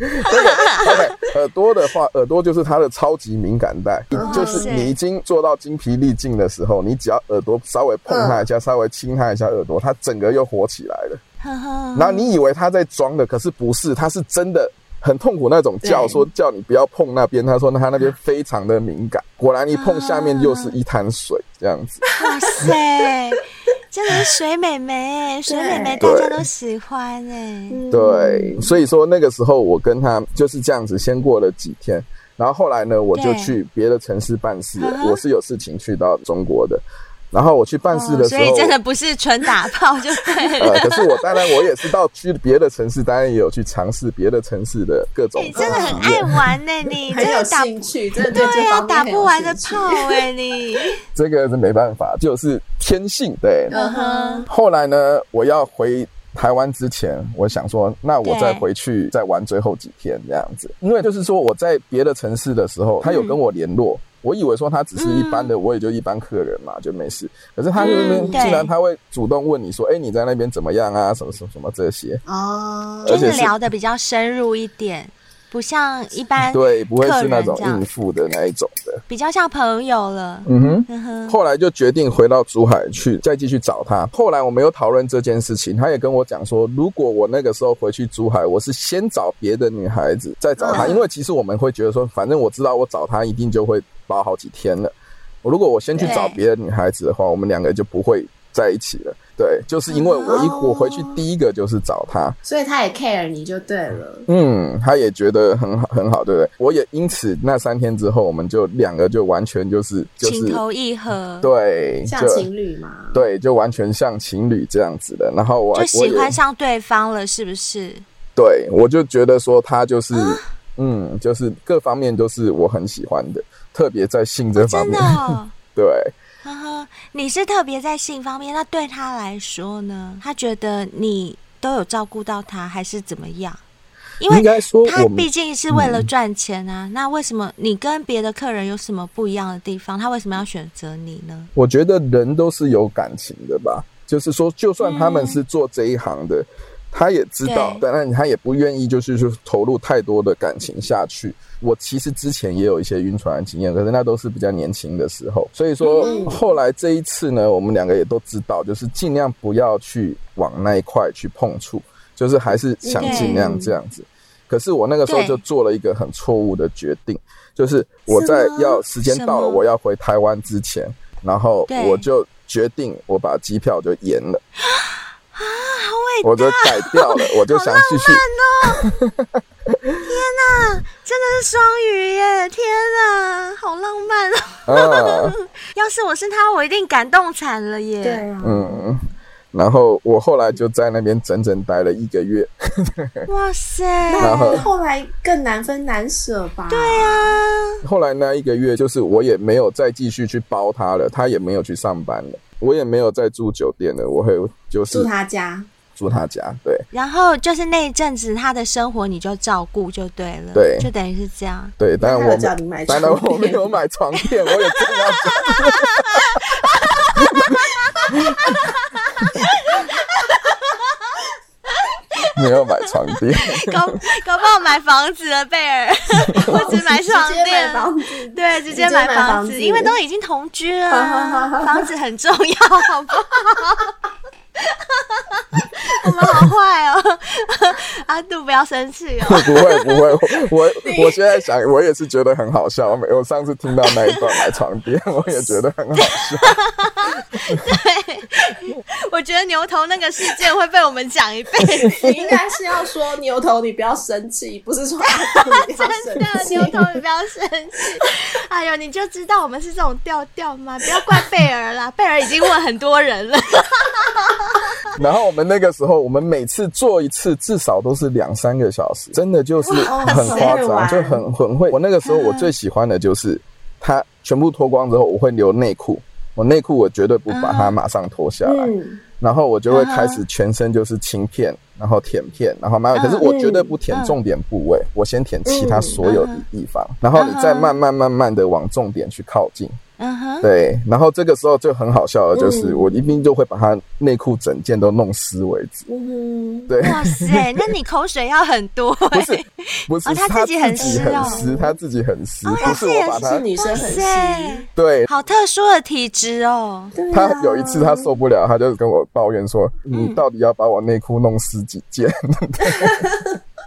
[SPEAKER 4] 那个 OK，耳朵的话，耳朵就是它的超级敏感带，哦就是你已经做到精疲力尽的时候，你只要耳朵稍微碰它一下，稍微亲它一下耳朵，它整个又活起来了。
[SPEAKER 1] 呵呵，
[SPEAKER 4] 然后你以为他在装的，可是不是，他是真的很痛苦那种叫，
[SPEAKER 3] 对
[SPEAKER 4] 说叫你不要碰那边。他说那他那边非常的敏感，果然一碰下面又是一滩水这样子。
[SPEAKER 1] 哇塞，真的是水美眉，水美 眉大家都喜欢哎。
[SPEAKER 3] 嗯
[SPEAKER 4] 对，所以说那个时候我跟他就是这样子，先过了几天，然后后来呢，我就
[SPEAKER 1] 对
[SPEAKER 4] 去别的城市办事了
[SPEAKER 1] 嗯，哼
[SPEAKER 4] 我是有事情去到中国的，然后我去办事的时
[SPEAKER 1] 哦所
[SPEAKER 4] 候，
[SPEAKER 1] 以真的不是纯打炮就对了，
[SPEAKER 4] 呃，可是我当然我也是到去别的城市，当然也有去尝试别的城市的各种
[SPEAKER 1] 你真的
[SPEAKER 4] 体
[SPEAKER 1] 很
[SPEAKER 4] 验
[SPEAKER 1] 爱玩呢，你
[SPEAKER 3] 很
[SPEAKER 1] 真
[SPEAKER 3] 有
[SPEAKER 1] 的打
[SPEAKER 3] 兴趣，真的对
[SPEAKER 1] 对
[SPEAKER 3] 这
[SPEAKER 1] 呀
[SPEAKER 3] 方面
[SPEAKER 1] 打
[SPEAKER 3] 很有
[SPEAKER 1] 不完的
[SPEAKER 3] 兴趣
[SPEAKER 1] 炮哎你，
[SPEAKER 4] 这个是没办法，就是天性对。
[SPEAKER 3] 嗯
[SPEAKER 1] 哼
[SPEAKER 3] 哼，
[SPEAKER 4] 后来呢，我要回台湾之前，我想说，那我
[SPEAKER 1] 对
[SPEAKER 4] 再回去再玩最后几天这样子，因为就是说我在别的城市的时候，他有跟我联
[SPEAKER 1] 嗯
[SPEAKER 4] 络。我以为说他只是一般的，我也就一般客人嘛，就没事。可是他那边
[SPEAKER 1] 嗯对
[SPEAKER 4] 竟然他会主动问你说：“哎、你在那边怎么样啊？什么什么什么这些
[SPEAKER 3] 哦，
[SPEAKER 4] 而
[SPEAKER 1] 真
[SPEAKER 4] 且
[SPEAKER 1] 的
[SPEAKER 4] 是
[SPEAKER 1] 聊的比较深入一点，不像一？”般，
[SPEAKER 4] 对，不会是那
[SPEAKER 1] 哎客
[SPEAKER 4] 种
[SPEAKER 1] 人这样
[SPEAKER 4] 应付的那一种的。
[SPEAKER 1] 比较像朋友了。
[SPEAKER 4] 嗯哼。
[SPEAKER 1] 嗯哼，
[SPEAKER 4] 后来就决定回到珠海去，再继续找他。后来我们有讨论这件事情，他也跟我讲说，如果我那个时候回去珠海，我是先找别的女孩子，再找
[SPEAKER 1] 啊
[SPEAKER 4] 他，
[SPEAKER 3] 嗯
[SPEAKER 4] 因为其实我们会觉得说，反正我知道我找他一定就会包好几天了。我如果我先去找
[SPEAKER 1] 对
[SPEAKER 4] 别的女孩子的话，我们两个就不会在一起了。对，就是因为我一
[SPEAKER 3] 哦
[SPEAKER 4] 我回去第一个就是找他，
[SPEAKER 3] 所以他也 care 你就对了，
[SPEAKER 4] 嗯，他也觉得很好很好，对不对？我也因此那三天之后，我们就两个就完全就是就是
[SPEAKER 1] 情投意合，
[SPEAKER 4] 对，
[SPEAKER 3] 像
[SPEAKER 4] 就
[SPEAKER 3] 情侣嘛，
[SPEAKER 4] 对，就完全像情侣这样子的。然后我
[SPEAKER 1] 就
[SPEAKER 4] 我
[SPEAKER 1] 喜
[SPEAKER 4] 也
[SPEAKER 1] 欢上对方了，是不是？
[SPEAKER 4] 对，我就觉得说他就是、
[SPEAKER 1] 啊
[SPEAKER 4] 嗯，就是各方面都是我很喜欢的，特别在性这方
[SPEAKER 1] 真
[SPEAKER 4] 面。
[SPEAKER 1] 的哦，
[SPEAKER 4] 对，
[SPEAKER 1] 呵呵
[SPEAKER 5] 你是特别在性方面，那对他来说呢？他觉得你都有照顾到他，还是怎么样？因为
[SPEAKER 4] 应该说
[SPEAKER 5] 他
[SPEAKER 4] 我们嗯
[SPEAKER 5] 毕竟是为了赚钱啊。那为什么你跟别的客人有什么不一样的地方？他为什么要选择你呢？
[SPEAKER 4] 我觉得人都是有感情的吧，就是说，就算他们是做这一行的，他也知道，
[SPEAKER 5] 嗯对
[SPEAKER 4] 但然他也不愿意就是说投入太多的感情下去。我其实之前也有一些晕船的经验，可是那都是比较年轻的时候，所以说
[SPEAKER 5] 嗯
[SPEAKER 4] 后来这一次呢，我们两个也都知道，就是尽量不要去往那一块去碰触，就是还是想尽量这样子。可是我那个时候
[SPEAKER 5] 对
[SPEAKER 4] 就做了一个很错误的决定，就是我在
[SPEAKER 5] 什么
[SPEAKER 4] 要时间到了，
[SPEAKER 5] 什么
[SPEAKER 4] 我要回台湾之前，然后
[SPEAKER 5] 对
[SPEAKER 4] 我就决定我把机票就延了，
[SPEAKER 5] 好伟
[SPEAKER 4] 我就改掉
[SPEAKER 5] 啊
[SPEAKER 4] 了，我就想继续。
[SPEAKER 5] 真的是双鱼耶！天啊，好浪漫啊！
[SPEAKER 4] 啊，
[SPEAKER 5] 要是我是他，我一定感动惨了耶！
[SPEAKER 3] 对啊，
[SPEAKER 4] 嗯，然后我后来就在那边整整待了一个月，
[SPEAKER 5] 哇塞，
[SPEAKER 4] 然
[SPEAKER 1] 啊
[SPEAKER 4] 后
[SPEAKER 3] 那后来更难分难舍吧？对
[SPEAKER 5] 对
[SPEAKER 3] 啊，
[SPEAKER 5] 啊，
[SPEAKER 4] 后来那一个月就是我也没有再继续去包他了，他也没有去上班了，我也没有再住酒店了，我会就是
[SPEAKER 3] 住他家，
[SPEAKER 4] 住他家，对。
[SPEAKER 5] 然后就是那一阵子他的生活你就照顾就对了，
[SPEAKER 4] 对
[SPEAKER 5] 就等于是这样。
[SPEAKER 4] 对，当然
[SPEAKER 3] 他有
[SPEAKER 4] 我
[SPEAKER 3] 叫你买
[SPEAKER 4] 没，当然
[SPEAKER 3] 床
[SPEAKER 4] 我没
[SPEAKER 3] 垫
[SPEAKER 4] 有买床垫，我也正要讲。 没有买床垫，
[SPEAKER 5] 搞搞不好买房子了，贝 尔，我只买床
[SPEAKER 3] 直接买
[SPEAKER 5] 垫，
[SPEAKER 3] 房子。
[SPEAKER 5] 对，直接
[SPEAKER 3] 直接
[SPEAKER 5] 买
[SPEAKER 3] 买
[SPEAKER 5] 房
[SPEAKER 3] 房
[SPEAKER 5] 子，
[SPEAKER 3] 子
[SPEAKER 5] 因为都已经同居
[SPEAKER 3] 好
[SPEAKER 5] 了，房子很重要，好不好？ 我们好坏哦，阿杜不要生气哦。
[SPEAKER 4] 不会不会，我我现在想，我也是觉得很好笑。我每我上次听到那一段买床垫，我也觉得很好笑。
[SPEAKER 5] 我觉得牛头那个事件会被我们讲一辈子。
[SPEAKER 3] 你应该是要说牛头，你不要生气，不是说阿杜你不 要
[SPEAKER 5] 真的
[SPEAKER 3] 生，气
[SPEAKER 5] 牛。头你不要生气。哎呦，你就知道我们是这种调调吗？不要怪贝尔啦，贝尔已经问很多人了。
[SPEAKER 4] 然后我们那个时候，我们每次做一次至少都是两三个小时，真的就是很夸
[SPEAKER 3] 哇
[SPEAKER 4] 张，
[SPEAKER 3] 塞
[SPEAKER 4] 就很很会。我那个时候我最喜欢的就是，他全部脱光之后，我会留内裤，我内裤我绝对不把它马上脱下来，
[SPEAKER 3] 嗯，
[SPEAKER 4] 然后我就会开始全身就是轻片，然后舔片，然后慢
[SPEAKER 3] 啊
[SPEAKER 4] 慢，可是我绝对不舔
[SPEAKER 3] 嗯
[SPEAKER 4] 重点部位，我先舔其他所有的地方，
[SPEAKER 3] 嗯
[SPEAKER 4] 然后你再慢慢慢慢的往重点去靠近。
[SPEAKER 5] 嗯哼，
[SPEAKER 4] 对，然后这个时候就很好笑的就是，我一定就会把他内裤整件都弄湿为止。
[SPEAKER 3] 嗯哼，
[SPEAKER 4] 对，
[SPEAKER 5] 哇塞，那你口水要很多、欸。
[SPEAKER 4] 不是不是，
[SPEAKER 5] 哦
[SPEAKER 4] 是
[SPEAKER 5] 他
[SPEAKER 4] 他
[SPEAKER 5] 自己很湿
[SPEAKER 4] 很
[SPEAKER 5] 哦
[SPEAKER 4] 湿，他自己很湿，
[SPEAKER 5] 他
[SPEAKER 4] 不是
[SPEAKER 5] 自己
[SPEAKER 4] 我把
[SPEAKER 5] 很
[SPEAKER 4] 他
[SPEAKER 3] 是女生
[SPEAKER 5] 哇
[SPEAKER 3] 很细，
[SPEAKER 5] 塞，
[SPEAKER 4] 对。
[SPEAKER 5] 好特殊的体质哦。
[SPEAKER 3] 对啊
[SPEAKER 4] 他有一次他受不了，他就跟我抱怨说：“你到底要把我内裤弄湿几件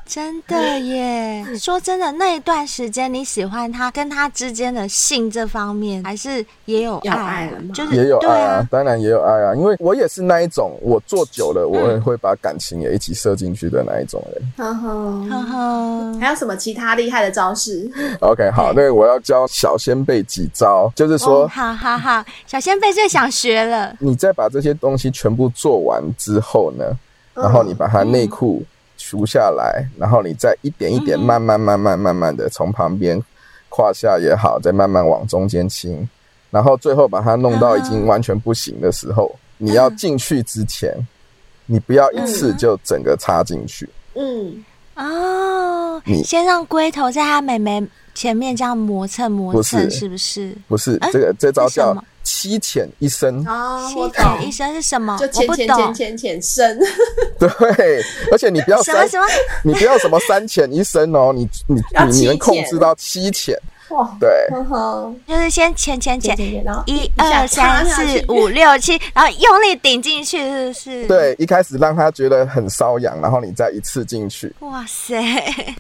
[SPEAKER 5] 真的耶！说真的，那一段时间你喜欢他，跟他之间的性这方面，还是也有爱
[SPEAKER 3] 要
[SPEAKER 5] 啊，
[SPEAKER 3] 爱了吗
[SPEAKER 5] 就是
[SPEAKER 4] 也有
[SPEAKER 5] 对
[SPEAKER 4] 爱啊，当然也有爱啊，因为我也是那一种，我做久了，我也会把感情也一起射进去的那一种人。
[SPEAKER 3] 呵
[SPEAKER 5] 啊，呵
[SPEAKER 3] 呵。
[SPEAKER 5] 呵，
[SPEAKER 3] 嗯还有什么其他厉害的招式？
[SPEAKER 4] OK，好，那我要教小先辈几招，就是说，
[SPEAKER 5] 哦好好好，小仙贝最想学了，
[SPEAKER 4] 你再把这些东西全部做完之后呢，
[SPEAKER 3] 嗯
[SPEAKER 4] 然后你把它内裤除下来，然后你再一点一点慢慢慢慢慢慢的从旁边胯下也好，再慢慢往中间亲，然后最后把它弄到已经完全不行的时候，
[SPEAKER 5] 嗯
[SPEAKER 4] 你要进去之前，你不要一次就整个插进去。
[SPEAKER 3] 嗯，
[SPEAKER 5] 哦
[SPEAKER 4] 你，
[SPEAKER 5] 先让龟头在他妹妹前面这样磨蹭磨蹭，
[SPEAKER 4] 不是
[SPEAKER 5] 是不是？
[SPEAKER 4] 不是
[SPEAKER 5] 哎
[SPEAKER 4] 这个这招
[SPEAKER 5] 是什
[SPEAKER 4] 叫
[SPEAKER 5] 么
[SPEAKER 4] 七浅一深，
[SPEAKER 3] 哦，我
[SPEAKER 5] 七
[SPEAKER 3] 懂，
[SPEAKER 5] 点一生是什么？
[SPEAKER 3] 就
[SPEAKER 5] 我
[SPEAKER 3] 浅
[SPEAKER 5] 不
[SPEAKER 3] 浅浅
[SPEAKER 5] 懂。
[SPEAKER 3] 浅浅深，
[SPEAKER 4] 对，而且你不要
[SPEAKER 5] 什么
[SPEAKER 4] 哦三
[SPEAKER 5] 什么？
[SPEAKER 4] 你不要什么三浅一深哦，你你
[SPEAKER 3] 要
[SPEAKER 4] 你你能
[SPEAKER 3] 七
[SPEAKER 4] 控
[SPEAKER 3] 浅
[SPEAKER 4] 制到七浅，
[SPEAKER 3] 哇，
[SPEAKER 4] 对，
[SPEAKER 3] 呵呵，
[SPEAKER 5] 就是先浅浅浅
[SPEAKER 3] 浅，浅浅，然后
[SPEAKER 5] 一
[SPEAKER 3] 下
[SPEAKER 5] 二三
[SPEAKER 3] 插下
[SPEAKER 5] 四
[SPEAKER 3] 去
[SPEAKER 5] 五六七，然后用力顶进去，是不是？。
[SPEAKER 4] 对，一开始让他觉得很瘙痒，然后你再一次进去，
[SPEAKER 5] 哇塞！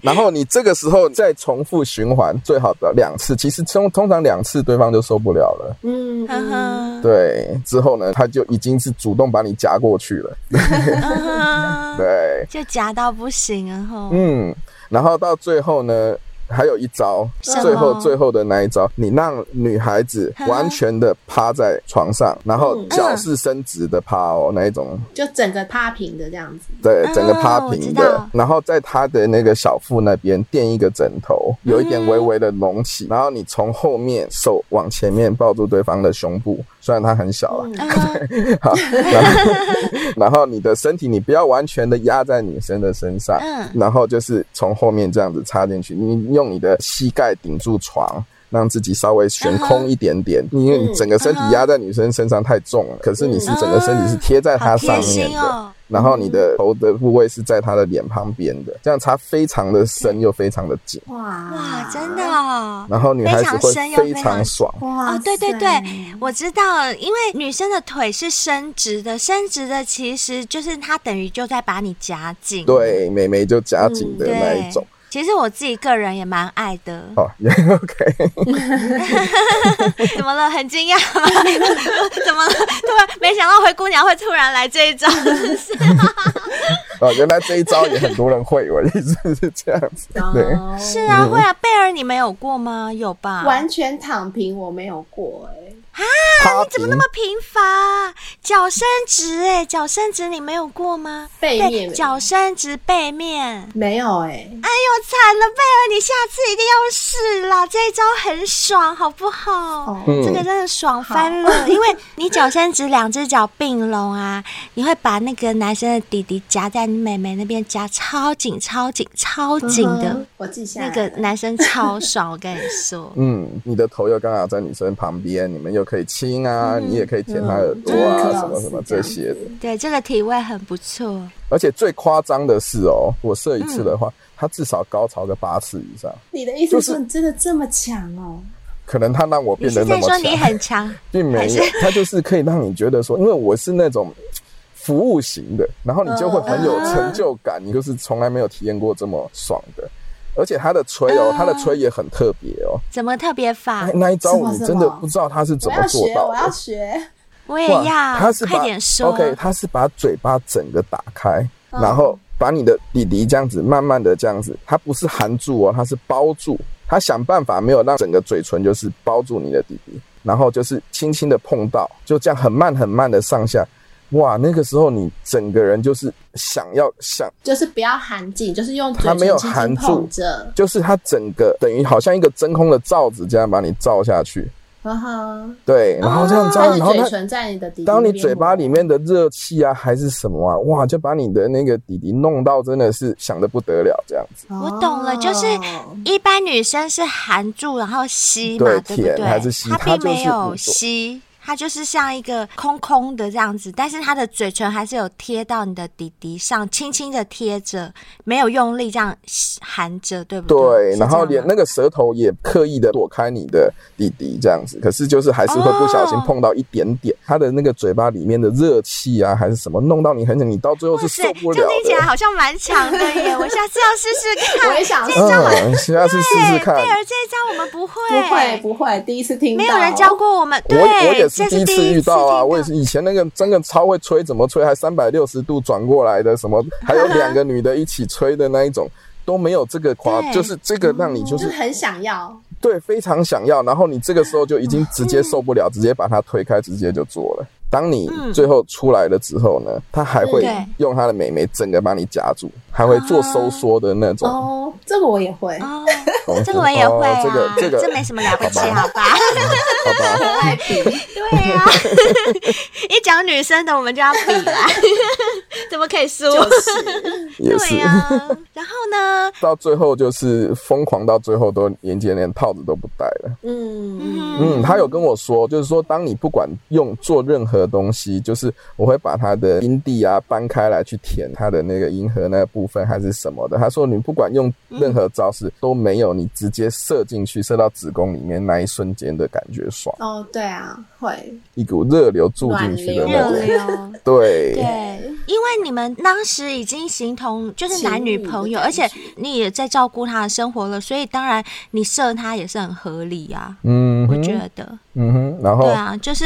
[SPEAKER 4] 然后你这个时候再重复循环，最好的两次。其实通通常两次对方就受不了了，
[SPEAKER 3] 嗯，
[SPEAKER 5] 呵呵，
[SPEAKER 4] 对。之后呢，他就已经是主动把你夹过去了，
[SPEAKER 5] 嗯哼
[SPEAKER 4] 对，
[SPEAKER 5] 就夹到不行，然后
[SPEAKER 4] 嗯嗯。然后到最后呢，还有一招，
[SPEAKER 5] 什么
[SPEAKER 4] 最后最后的那一招，你让女孩子
[SPEAKER 5] 啊
[SPEAKER 4] 完全的趴在床上，然后
[SPEAKER 3] 嗯
[SPEAKER 4] 脚是伸直的趴哦，那一种，
[SPEAKER 3] 就整个趴平的这样子。
[SPEAKER 4] 对，整个趴
[SPEAKER 5] 啊我知
[SPEAKER 4] 平
[SPEAKER 5] 道
[SPEAKER 4] 的，然后在她的那个小腹那边垫一个枕头，
[SPEAKER 5] 嗯
[SPEAKER 4] 有一点微微的隆起，然后你从后面手往前面抱住对方的胸部，虽然她很小啊啦，
[SPEAKER 3] 嗯，
[SPEAKER 5] 嗯，
[SPEAKER 4] 好，然后 然后你的身体你不要完全的压在女生的身上，
[SPEAKER 5] 嗯
[SPEAKER 4] 然后就是从后面这样子插进去，你用你的膝盖顶住床。让自己稍微悬
[SPEAKER 5] 嗯
[SPEAKER 4] 空一点点，因为你整个身体压在女生身上太重了，可是你是整个身体是贴在她
[SPEAKER 5] 嗯好
[SPEAKER 4] 上
[SPEAKER 5] 贴
[SPEAKER 4] 面
[SPEAKER 5] 心
[SPEAKER 4] 的，
[SPEAKER 5] 哦。
[SPEAKER 4] 然后你的头的部位是在她的脸旁边的，这样插非常的深又非常的紧，
[SPEAKER 3] 哇
[SPEAKER 5] 哇，真的哦！
[SPEAKER 4] 然后女孩子会
[SPEAKER 5] 非常深又
[SPEAKER 4] 非
[SPEAKER 5] 非
[SPEAKER 4] 常
[SPEAKER 5] 常
[SPEAKER 4] 爽，
[SPEAKER 3] 哇
[SPEAKER 5] 哦，对对
[SPEAKER 3] 塞
[SPEAKER 5] 对，我知道了，因为女生的腿是伸直的，伸直的其实就是她等于就在把你夹紧。
[SPEAKER 4] 对，美眉就夹紧的
[SPEAKER 5] 嗯对，
[SPEAKER 4] 那一种。
[SPEAKER 5] 其实我自己个人也蛮爱的。
[SPEAKER 4] 好、o k
[SPEAKER 5] 怎么了？很惊讶吗？ 怎么了？突然没想到灰姑娘会突然来这一招，真是
[SPEAKER 4] 哦，原来这一招也很多人会，我的意思是这样子。对，
[SPEAKER 3] 哦
[SPEAKER 5] 是啊，会啊。贝尔，你没有过吗？有吧？
[SPEAKER 3] 完全躺平，我没有过哎、
[SPEAKER 4] 趴
[SPEAKER 5] 怎
[SPEAKER 4] 平
[SPEAKER 5] 么那么贫乏啊？脚伸直哎、脚伸直你没有过吗？
[SPEAKER 3] 背
[SPEAKER 5] 对
[SPEAKER 3] 面
[SPEAKER 5] 脚伸直背面。
[SPEAKER 3] 没有哎、
[SPEAKER 5] 哎呦，惨了，贝尔，你下次一定要试啦！这一招很爽，好不好？
[SPEAKER 3] 哦
[SPEAKER 4] 嗯，
[SPEAKER 5] 这个真的爽翻了，因为你脚伸直，两只脚并拢啊，你会把那个男生的弟弟夹在你妹妹那边夹超紧、超紧、超紧的。
[SPEAKER 3] 嗯哼我记下来
[SPEAKER 5] 那
[SPEAKER 3] 了
[SPEAKER 5] 个男生超爽，我跟你说
[SPEAKER 4] 嗯，你的头又刚好在女生旁边，你们又可以亲啊，
[SPEAKER 5] 嗯
[SPEAKER 4] 你也可以舔她耳朵啊，
[SPEAKER 3] 嗯
[SPEAKER 4] 什么什么这些的。
[SPEAKER 5] 对，这个体位很不错。
[SPEAKER 4] 而且最夸张的是哦，我射一
[SPEAKER 5] 嗯
[SPEAKER 4] 次的话，她至少高潮个八次以上，
[SPEAKER 3] 你的意思
[SPEAKER 4] 就是
[SPEAKER 3] 说你真的这么强哦？
[SPEAKER 4] 可能她让我
[SPEAKER 5] 你
[SPEAKER 4] 变得
[SPEAKER 5] 是
[SPEAKER 4] 那
[SPEAKER 5] 在
[SPEAKER 4] 么
[SPEAKER 5] 说
[SPEAKER 4] 强，
[SPEAKER 5] 你 很强？
[SPEAKER 4] 并没有
[SPEAKER 5] 还，
[SPEAKER 4] 她就是可以让你觉得说，因为我是那种。服务型的，然后你就会很
[SPEAKER 5] 嗯
[SPEAKER 4] 有成就感，你就是从来没有体验过这么爽的，而且她的吹哦，她的吹也很特别哦，
[SPEAKER 5] 怎么特别法
[SPEAKER 4] 哎那？那一招
[SPEAKER 3] 什么
[SPEAKER 4] 你
[SPEAKER 3] 什
[SPEAKER 4] 真的
[SPEAKER 3] 么
[SPEAKER 4] 不知道他是怎
[SPEAKER 3] 我
[SPEAKER 4] 么
[SPEAKER 3] 要
[SPEAKER 4] 做
[SPEAKER 3] 学，
[SPEAKER 4] 到
[SPEAKER 3] 我要
[SPEAKER 4] 的。
[SPEAKER 3] 学，
[SPEAKER 5] 我也
[SPEAKER 4] 哇，
[SPEAKER 5] 要
[SPEAKER 4] 他，是把
[SPEAKER 5] 快点说。
[SPEAKER 4] OK，他是把嘴巴整个打开，
[SPEAKER 3] 嗯
[SPEAKER 4] 然后把你的底底这样子慢慢的这样子，他不是含住哦，他是包住，他想办法没有让整个嘴唇就是包住你的底底，然后就是轻轻的碰到，就这样很慢很慢的上下。哇，那个时候你整个人就是想要想
[SPEAKER 3] 就是不要含紧，就是用嘴
[SPEAKER 4] 他没有
[SPEAKER 3] 唇轻
[SPEAKER 4] 含
[SPEAKER 3] 轻
[SPEAKER 4] 住
[SPEAKER 3] 碰着，
[SPEAKER 4] 就是它整个等于好像一个真空的罩子这样把你罩下去，
[SPEAKER 3] 哈哈，
[SPEAKER 4] 对，然后这样
[SPEAKER 3] 嗯
[SPEAKER 4] 罩，
[SPEAKER 3] 但是
[SPEAKER 4] 然后
[SPEAKER 3] 嘴
[SPEAKER 4] 它
[SPEAKER 3] 唇啊在你的底，
[SPEAKER 4] 当你嘴巴里，面的热气啊，还是什么啊，哇，就把你的那个底底弄到真的是想的不得了这样子。
[SPEAKER 3] 哦
[SPEAKER 5] 我懂了，就是
[SPEAKER 4] 哦
[SPEAKER 5] 一般女生是含住然后吸嘛，
[SPEAKER 4] 对
[SPEAKER 5] 对
[SPEAKER 4] 舔
[SPEAKER 5] 不对？
[SPEAKER 4] 还是吸
[SPEAKER 5] 她
[SPEAKER 4] 她
[SPEAKER 5] 并
[SPEAKER 4] 就是
[SPEAKER 5] 没有
[SPEAKER 4] 嗯
[SPEAKER 5] 吸，她就是像一个空空的这样子，但是她的嘴唇还是有贴到你的底底上，轻轻的贴着，没有用力这样吸含着，对不
[SPEAKER 4] 对，
[SPEAKER 5] 是
[SPEAKER 4] 然后
[SPEAKER 5] 这
[SPEAKER 4] 连
[SPEAKER 5] 样吗啊
[SPEAKER 4] 那个舌头也刻意的躲开你的底底这样子，可是就是还是会不小心
[SPEAKER 5] 哦
[SPEAKER 4] 碰到一点点，它的那个嘴巴里面的热气啊，还是什么，弄到你很紧，你到最后是
[SPEAKER 5] 哇
[SPEAKER 4] 受
[SPEAKER 5] 塞，
[SPEAKER 4] 不
[SPEAKER 5] 这
[SPEAKER 4] 了
[SPEAKER 5] 听起来
[SPEAKER 4] 的。
[SPEAKER 5] 好像蛮强的耶！我下次要试试看。
[SPEAKER 3] 我也想
[SPEAKER 5] 这
[SPEAKER 3] 试
[SPEAKER 5] 招好
[SPEAKER 4] 嗯，下次试试
[SPEAKER 5] 对，贝
[SPEAKER 4] 看。
[SPEAKER 5] 尔这一招我们不会，
[SPEAKER 3] 不会，不会，第一次听到，
[SPEAKER 5] 没有人教过我们。
[SPEAKER 4] 哦我
[SPEAKER 5] 对，
[SPEAKER 4] 我也
[SPEAKER 5] 这
[SPEAKER 4] 是第一
[SPEAKER 5] 第
[SPEAKER 4] 次遇到啊，
[SPEAKER 5] 听
[SPEAKER 4] 我也是以前那个真的超会吹，怎么吹还三百六十度转过来的，什么还有两个女的一起吹的那一种。都没有这个夸，
[SPEAKER 5] 对
[SPEAKER 4] 就是这个让你
[SPEAKER 3] 就
[SPEAKER 4] 就
[SPEAKER 3] 是是很想要，
[SPEAKER 4] 对非常想要，然后你这个时候就已经直接受不了，直接把它推开，直接就做了。当你
[SPEAKER 5] 嗯
[SPEAKER 4] 最后出来了之后呢，他还会
[SPEAKER 3] 嗯
[SPEAKER 5] 对
[SPEAKER 4] 用他的美眉整个把你夹住，还会做收缩的那种
[SPEAKER 3] 哦，这个我也会，
[SPEAKER 5] 哦，
[SPEAKER 4] 动作。
[SPEAKER 5] 这个我也会 啊，
[SPEAKER 4] 哦这个这个
[SPEAKER 5] 没什么了不起，
[SPEAKER 4] 好
[SPEAKER 5] 好吧？
[SPEAKER 4] 吧，好吧，
[SPEAKER 3] 爱比
[SPEAKER 5] 对呀、 一讲女生的我们就要比啦，怎么可以输？
[SPEAKER 3] 就是，
[SPEAKER 4] 也
[SPEAKER 5] 对
[SPEAKER 4] 是。
[SPEAKER 5] 呀、然后呢？
[SPEAKER 4] 到最后就是疯狂到最后都连接连套子都不戴了。
[SPEAKER 3] 嗯，
[SPEAKER 5] 嗯，
[SPEAKER 4] 嗯，他有跟我说，就是说，当你不管用做任何东西，就是我会把他的阴蒂啊搬开来去舔他的那个阴核那部分还是什么的。他说你不管用任何招式都没有，你直接射进去，射到子宫里面那一瞬间的感觉爽，
[SPEAKER 3] 哦，对啊，会，
[SPEAKER 4] 一股热流注进去的那
[SPEAKER 5] 热
[SPEAKER 3] 暖
[SPEAKER 4] 种。
[SPEAKER 5] 流。
[SPEAKER 4] 对，
[SPEAKER 5] 对， 因为你们当时已经形同就是男女朋
[SPEAKER 3] 情侣
[SPEAKER 5] 友，
[SPEAKER 3] 的感觉
[SPEAKER 5] 而且你也在照顾他的生活了，所以当然你射他也是很合理啊，
[SPEAKER 4] 嗯
[SPEAKER 5] 我觉
[SPEAKER 4] 哼，
[SPEAKER 5] 得。
[SPEAKER 4] 嗯哼，然后
[SPEAKER 5] 对啊，就是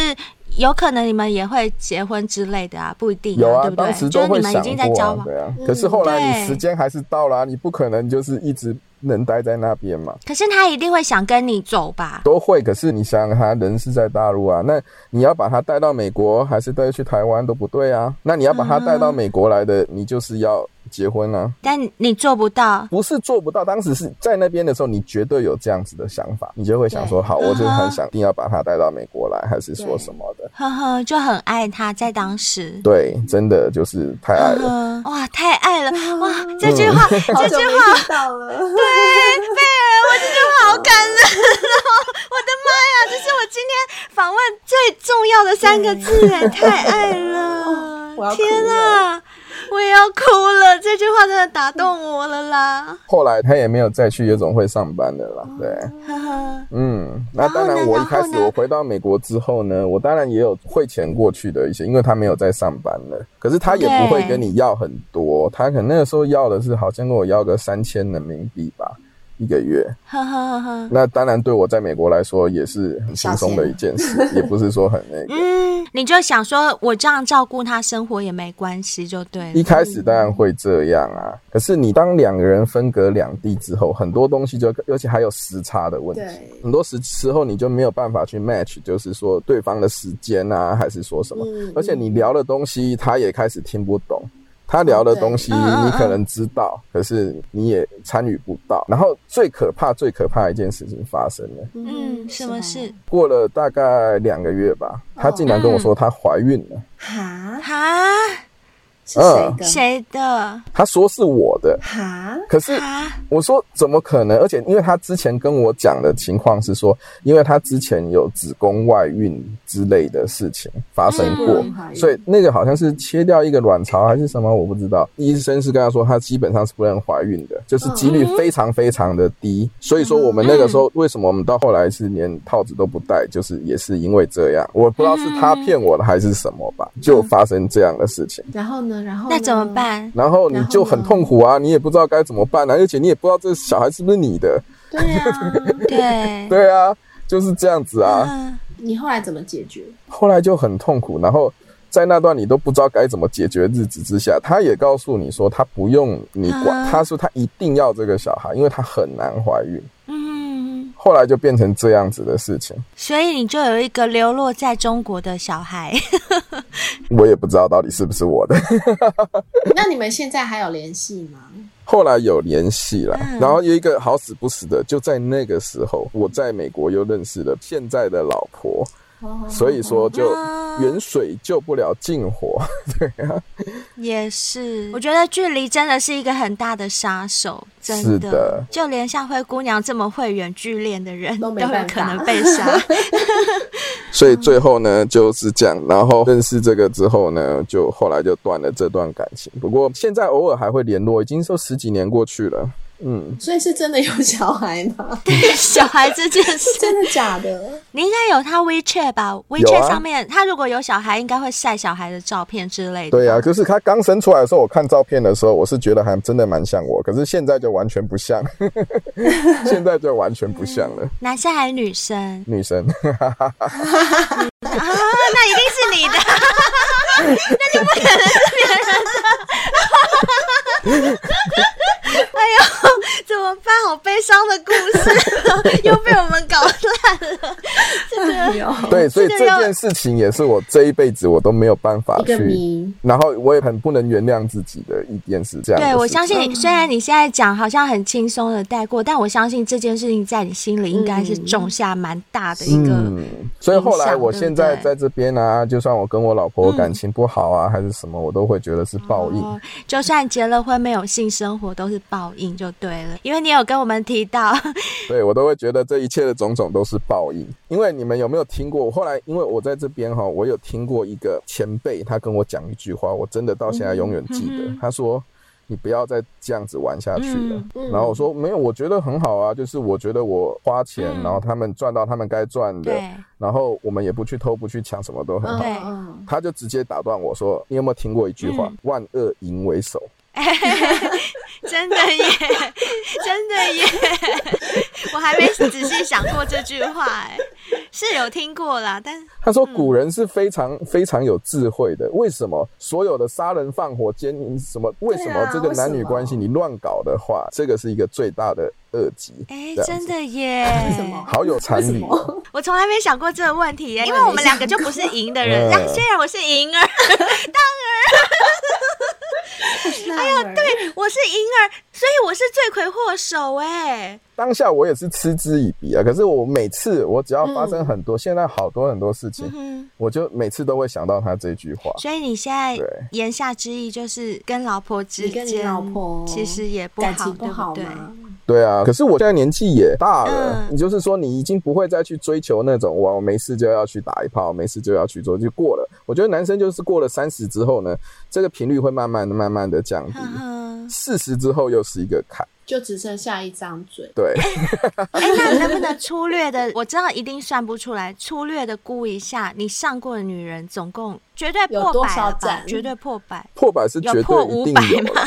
[SPEAKER 5] 有可能你们也会结婚之类的啊，不一定、
[SPEAKER 4] 有啊，
[SPEAKER 5] 对不对？
[SPEAKER 4] 当时
[SPEAKER 5] 就
[SPEAKER 4] 都
[SPEAKER 5] 是你
[SPEAKER 4] 会
[SPEAKER 5] 们已
[SPEAKER 4] 想
[SPEAKER 5] 经在交
[SPEAKER 4] 过啊
[SPEAKER 5] 往，
[SPEAKER 4] 对啊。
[SPEAKER 3] 嗯
[SPEAKER 4] 可是后来你
[SPEAKER 5] 对
[SPEAKER 4] 时间还是到了啊，你不可能就是一直能待在那边嘛？
[SPEAKER 5] 可是他一定会想跟你走吧？
[SPEAKER 4] 都会。可是你想想看，他人是在大陆啊，那你要把他带到美国，还是带去台湾都不对啊。那你要把他带到美国来的，你就是要结婚啊。
[SPEAKER 5] 但你做不到，
[SPEAKER 4] 不是做不到，当时是在那边的时候，你绝对有这样子的想法，你就会想说，好，我就很想一定要把他带到美国来，还是说什么的。
[SPEAKER 5] 呵呵，就很爱他，在当时。
[SPEAKER 4] 对，真的就是太爱了。
[SPEAKER 5] 嗯，哇，太爱了！哇，这句话，这句
[SPEAKER 3] 嗯
[SPEAKER 5] 话，
[SPEAKER 3] 好
[SPEAKER 5] 对，
[SPEAKER 3] 久
[SPEAKER 5] 贝
[SPEAKER 3] 没
[SPEAKER 5] 尔，
[SPEAKER 3] 听到 了。
[SPEAKER 5] 我这句话好感人哦！我的妈呀，这是我今天访问最重要的三个字，哎，太爱了
[SPEAKER 3] 我要！哭
[SPEAKER 5] 天啊，我也要哭了！这句话真的打动我了啦！
[SPEAKER 4] 后来他也没有再去夜总会上班的啦。对，
[SPEAKER 5] 呵呵，
[SPEAKER 4] 嗯，那
[SPEAKER 5] 然后
[SPEAKER 4] 当
[SPEAKER 5] 呢
[SPEAKER 4] 然，我一开
[SPEAKER 5] 哦然
[SPEAKER 4] 始
[SPEAKER 5] 后呢
[SPEAKER 4] 我回到美国之后呢，我当然也有汇钱过去的一些，因为他没有在上班了，可是他也不会跟你要很多，他可能那个时候要的是好像跟我要个三千人民币吧。一个月，
[SPEAKER 5] 呵呵呵呵，
[SPEAKER 4] 那当然对我在美国来说也是很轻松的一件事，也不是说很那个。
[SPEAKER 5] 嗯，你就想说我这样照顾他生活也没关系，就对
[SPEAKER 4] 一
[SPEAKER 5] 了。
[SPEAKER 4] 开始当然会这样啊，可是你当两个人分隔两地之后，很多东西就，而且还有时差的问题，
[SPEAKER 3] 对
[SPEAKER 4] 很多时时候你就没有办法去 match，就是说对方的时间啊，还是说什么，
[SPEAKER 3] 嗯
[SPEAKER 4] 而且你聊的东西他也开始听不懂。他聊的东西，
[SPEAKER 5] 哦对嗯嗯
[SPEAKER 4] 你可能知道，可是你也参与不到。然后最可怕、最可怕的一件事情发生了。
[SPEAKER 5] 嗯，什么事？
[SPEAKER 4] 过了大概两个月吧，她竟然跟我说她怀孕了。
[SPEAKER 3] 哈，
[SPEAKER 5] 哈？
[SPEAKER 3] 是谁的？
[SPEAKER 5] 谁的？
[SPEAKER 4] 她说是我的，
[SPEAKER 3] 哈？
[SPEAKER 4] 可是
[SPEAKER 5] 哈？
[SPEAKER 4] 我说怎么可能？而且因为她之前跟我讲的情况是说，因为她之前有子宫外孕之类的事情发生过，
[SPEAKER 3] 嗯
[SPEAKER 4] 所以那个好像是切掉一个卵巢还是什么，我不知道。医生是跟她说，她基本上是不能怀孕的，就是几率非常非常的低。所以说我们那个时候为什么我们到后来是连套子都不戴，就是也是因为这样。我不知道是她骗我的还是什么吧，就发生这样的事情。
[SPEAKER 3] 然后呢？然后
[SPEAKER 5] 那
[SPEAKER 3] 呢
[SPEAKER 5] 怎么？办？
[SPEAKER 4] 然后你就很痛苦啊，你也不知道该怎么办啊，而且你也不知道这小孩是不是你的，
[SPEAKER 3] 对啊，
[SPEAKER 5] 对，
[SPEAKER 4] 对啊，就是这样子啊。
[SPEAKER 5] 嗯
[SPEAKER 3] 你后来怎么解决？
[SPEAKER 4] 后来就很痛苦，然后在那段你都不知道该怎么解决日子之下，他也告诉你说他不用你管
[SPEAKER 5] 啊，
[SPEAKER 4] 他说他一定要这个小孩，因为他很难怀孕。
[SPEAKER 5] 嗯，
[SPEAKER 4] 后来就变成这样子的事情，
[SPEAKER 5] 所以你就有一个流落在中国的小孩，
[SPEAKER 4] 我也不知道到底是不是我的。
[SPEAKER 3] 那你们现在还有联系吗？
[SPEAKER 4] 后来有联系了，
[SPEAKER 5] 嗯
[SPEAKER 4] 然后有一个好死不死的，就在那个时候，我在美国又认识了现在的老婆，
[SPEAKER 3] 哦
[SPEAKER 4] 所以说就
[SPEAKER 5] 啊
[SPEAKER 4] 远水救不了近火。
[SPEAKER 5] 也是。我觉得距离真的是一个很大的杀手，真
[SPEAKER 4] 是的
[SPEAKER 5] 就连像灰姑娘这么会远距恋的人
[SPEAKER 3] 都
[SPEAKER 5] 都
[SPEAKER 3] 没
[SPEAKER 5] 有
[SPEAKER 3] 办
[SPEAKER 5] 可
[SPEAKER 3] 法
[SPEAKER 5] 能被杀。
[SPEAKER 4] 所以最后呢就是这样，然后认识这个之后呢，就后来就断了这段感情。不过现在偶尔还会联络，已经都十几年过去了。嗯，
[SPEAKER 3] 所以是真的有小孩 吗？
[SPEAKER 5] 小孩这件 事，
[SPEAKER 3] 真的假的？
[SPEAKER 5] 你应该有他 WeChat 吧
[SPEAKER 4] 有
[SPEAKER 5] ？WeChat
[SPEAKER 4] 啊
[SPEAKER 5] 上面，他如果有小孩，应该会晒小孩的照片之类的。
[SPEAKER 4] 对呀、就是他刚生出来的时候，我看照片的时候，我是觉得还真的蛮像我，可是现在就完全不 像，现在就完全不像了。
[SPEAKER 5] 男生还是女生？
[SPEAKER 4] 女生，
[SPEAKER 5] 啊，那一定是 你的，那就不可能 是别人的。哎呦，怎么办？好悲伤的故事，又被我们搞烂了。这个
[SPEAKER 3] 有
[SPEAKER 4] 对，所以
[SPEAKER 5] 这
[SPEAKER 4] 这
[SPEAKER 5] 个要
[SPEAKER 4] 件事情也是我这一辈子我都没有办法
[SPEAKER 3] 一个
[SPEAKER 4] 去，
[SPEAKER 3] 谜。
[SPEAKER 4] 然后我也很不能原谅自己的一件事。这样的
[SPEAKER 5] 对，我
[SPEAKER 4] 事情
[SPEAKER 5] 相信你。虽然你现在讲好像很轻松的带过，但我相信这件事情在你心里应该是
[SPEAKER 3] 嗯
[SPEAKER 5] 种下蛮大的一个。
[SPEAKER 4] 嗯，所以后来我现在
[SPEAKER 5] 对不嗯
[SPEAKER 4] 在
[SPEAKER 5] 对
[SPEAKER 4] 这边啊，就算我跟我老婆感情不好啊，还是什么，我都会觉得是报应。
[SPEAKER 5] 哦，就算结了婚没有性生活，都是报应就对了。因为你有跟我们提到，
[SPEAKER 4] 对我都会觉得这一切的种种都是报应。因为你们有没有听过？我后来因为我在这边哈、我有听过一个前辈，他跟我讲一句话，我真的到现在永远记得。
[SPEAKER 5] 嗯
[SPEAKER 4] 他说。你不要再这样子玩下去了。
[SPEAKER 5] 嗯
[SPEAKER 3] 嗯
[SPEAKER 4] 然后我说没有，我觉得很好啊，就是我觉得我花钱，
[SPEAKER 5] 嗯
[SPEAKER 4] 然后他们赚到他们该赚的，
[SPEAKER 5] 对，
[SPEAKER 4] 然后我们也不去偷不去抢，什么都很好。
[SPEAKER 5] 对
[SPEAKER 3] 嗯
[SPEAKER 4] 他就直接打断我说：“你有没有听过一句
[SPEAKER 5] 嗯
[SPEAKER 4] 话？万恶淫为首。
[SPEAKER 5] 真 的耶，真的耶，我还没仔细想过这句话哎，是有听过啦， 但
[SPEAKER 4] 他说古
[SPEAKER 5] 嗯
[SPEAKER 4] 人是非常、非常有智慧的，为什么所有的杀人放火、奸淫什么，
[SPEAKER 5] 啊
[SPEAKER 4] 为什么这个男女关系你乱搞的话，这个是一个最大的恶极？
[SPEAKER 5] 哎、
[SPEAKER 4] 这样子
[SPEAKER 5] 真的耶，
[SPEAKER 3] 为什么？
[SPEAKER 4] 好有禅
[SPEAKER 3] 为什
[SPEAKER 4] 理，
[SPEAKER 3] 么？
[SPEAKER 5] 我从来没想过这个问题耶，因为我们两个就不是赢的
[SPEAKER 4] 嗯
[SPEAKER 5] 人。但虽然我是赢儿，
[SPEAKER 3] 哎呦，对，
[SPEAKER 5] 我是赢儿，所以我是罪魁祸首哎。
[SPEAKER 4] 当下我也是嗤之以鼻啊。可是我每次我只要发生很多，现在好多很多事情，
[SPEAKER 5] 嗯
[SPEAKER 4] 我就每次都会想到他这句话。
[SPEAKER 5] 所以你现在
[SPEAKER 4] 哦对
[SPEAKER 5] 言下之意就是跟老婆之
[SPEAKER 3] 你
[SPEAKER 5] 间，
[SPEAKER 3] 跟你老婆
[SPEAKER 5] 其实也不好，
[SPEAKER 3] 感情不好
[SPEAKER 5] 对不对？
[SPEAKER 3] 吗？
[SPEAKER 4] 对啊，可是我现在年纪也大了，
[SPEAKER 5] 嗯
[SPEAKER 4] 你就是说你已经不会再去追求那种哇，我没事就要去打一炮，没事就要去做，就过了。我觉得男生就是过了三十之后呢，这个频率会慢慢的、慢慢的降低
[SPEAKER 5] 呵。呵。
[SPEAKER 4] 四十之后又是一个坎，
[SPEAKER 3] 就只剩下一张嘴。
[SPEAKER 4] 对，
[SPEAKER 5] 哎，那能不能粗略的？ 我知道一定算不出来，粗略的估一下，你上过的女人总共绝对
[SPEAKER 3] 有
[SPEAKER 5] 破
[SPEAKER 3] 多
[SPEAKER 5] 百
[SPEAKER 3] 少
[SPEAKER 5] 了吧？
[SPEAKER 3] 盏
[SPEAKER 5] 绝对破百。
[SPEAKER 4] 破百是
[SPEAKER 5] 有
[SPEAKER 4] 绝
[SPEAKER 5] 破
[SPEAKER 4] 对一
[SPEAKER 5] 五
[SPEAKER 4] 定
[SPEAKER 5] 百
[SPEAKER 4] 有
[SPEAKER 5] 吗？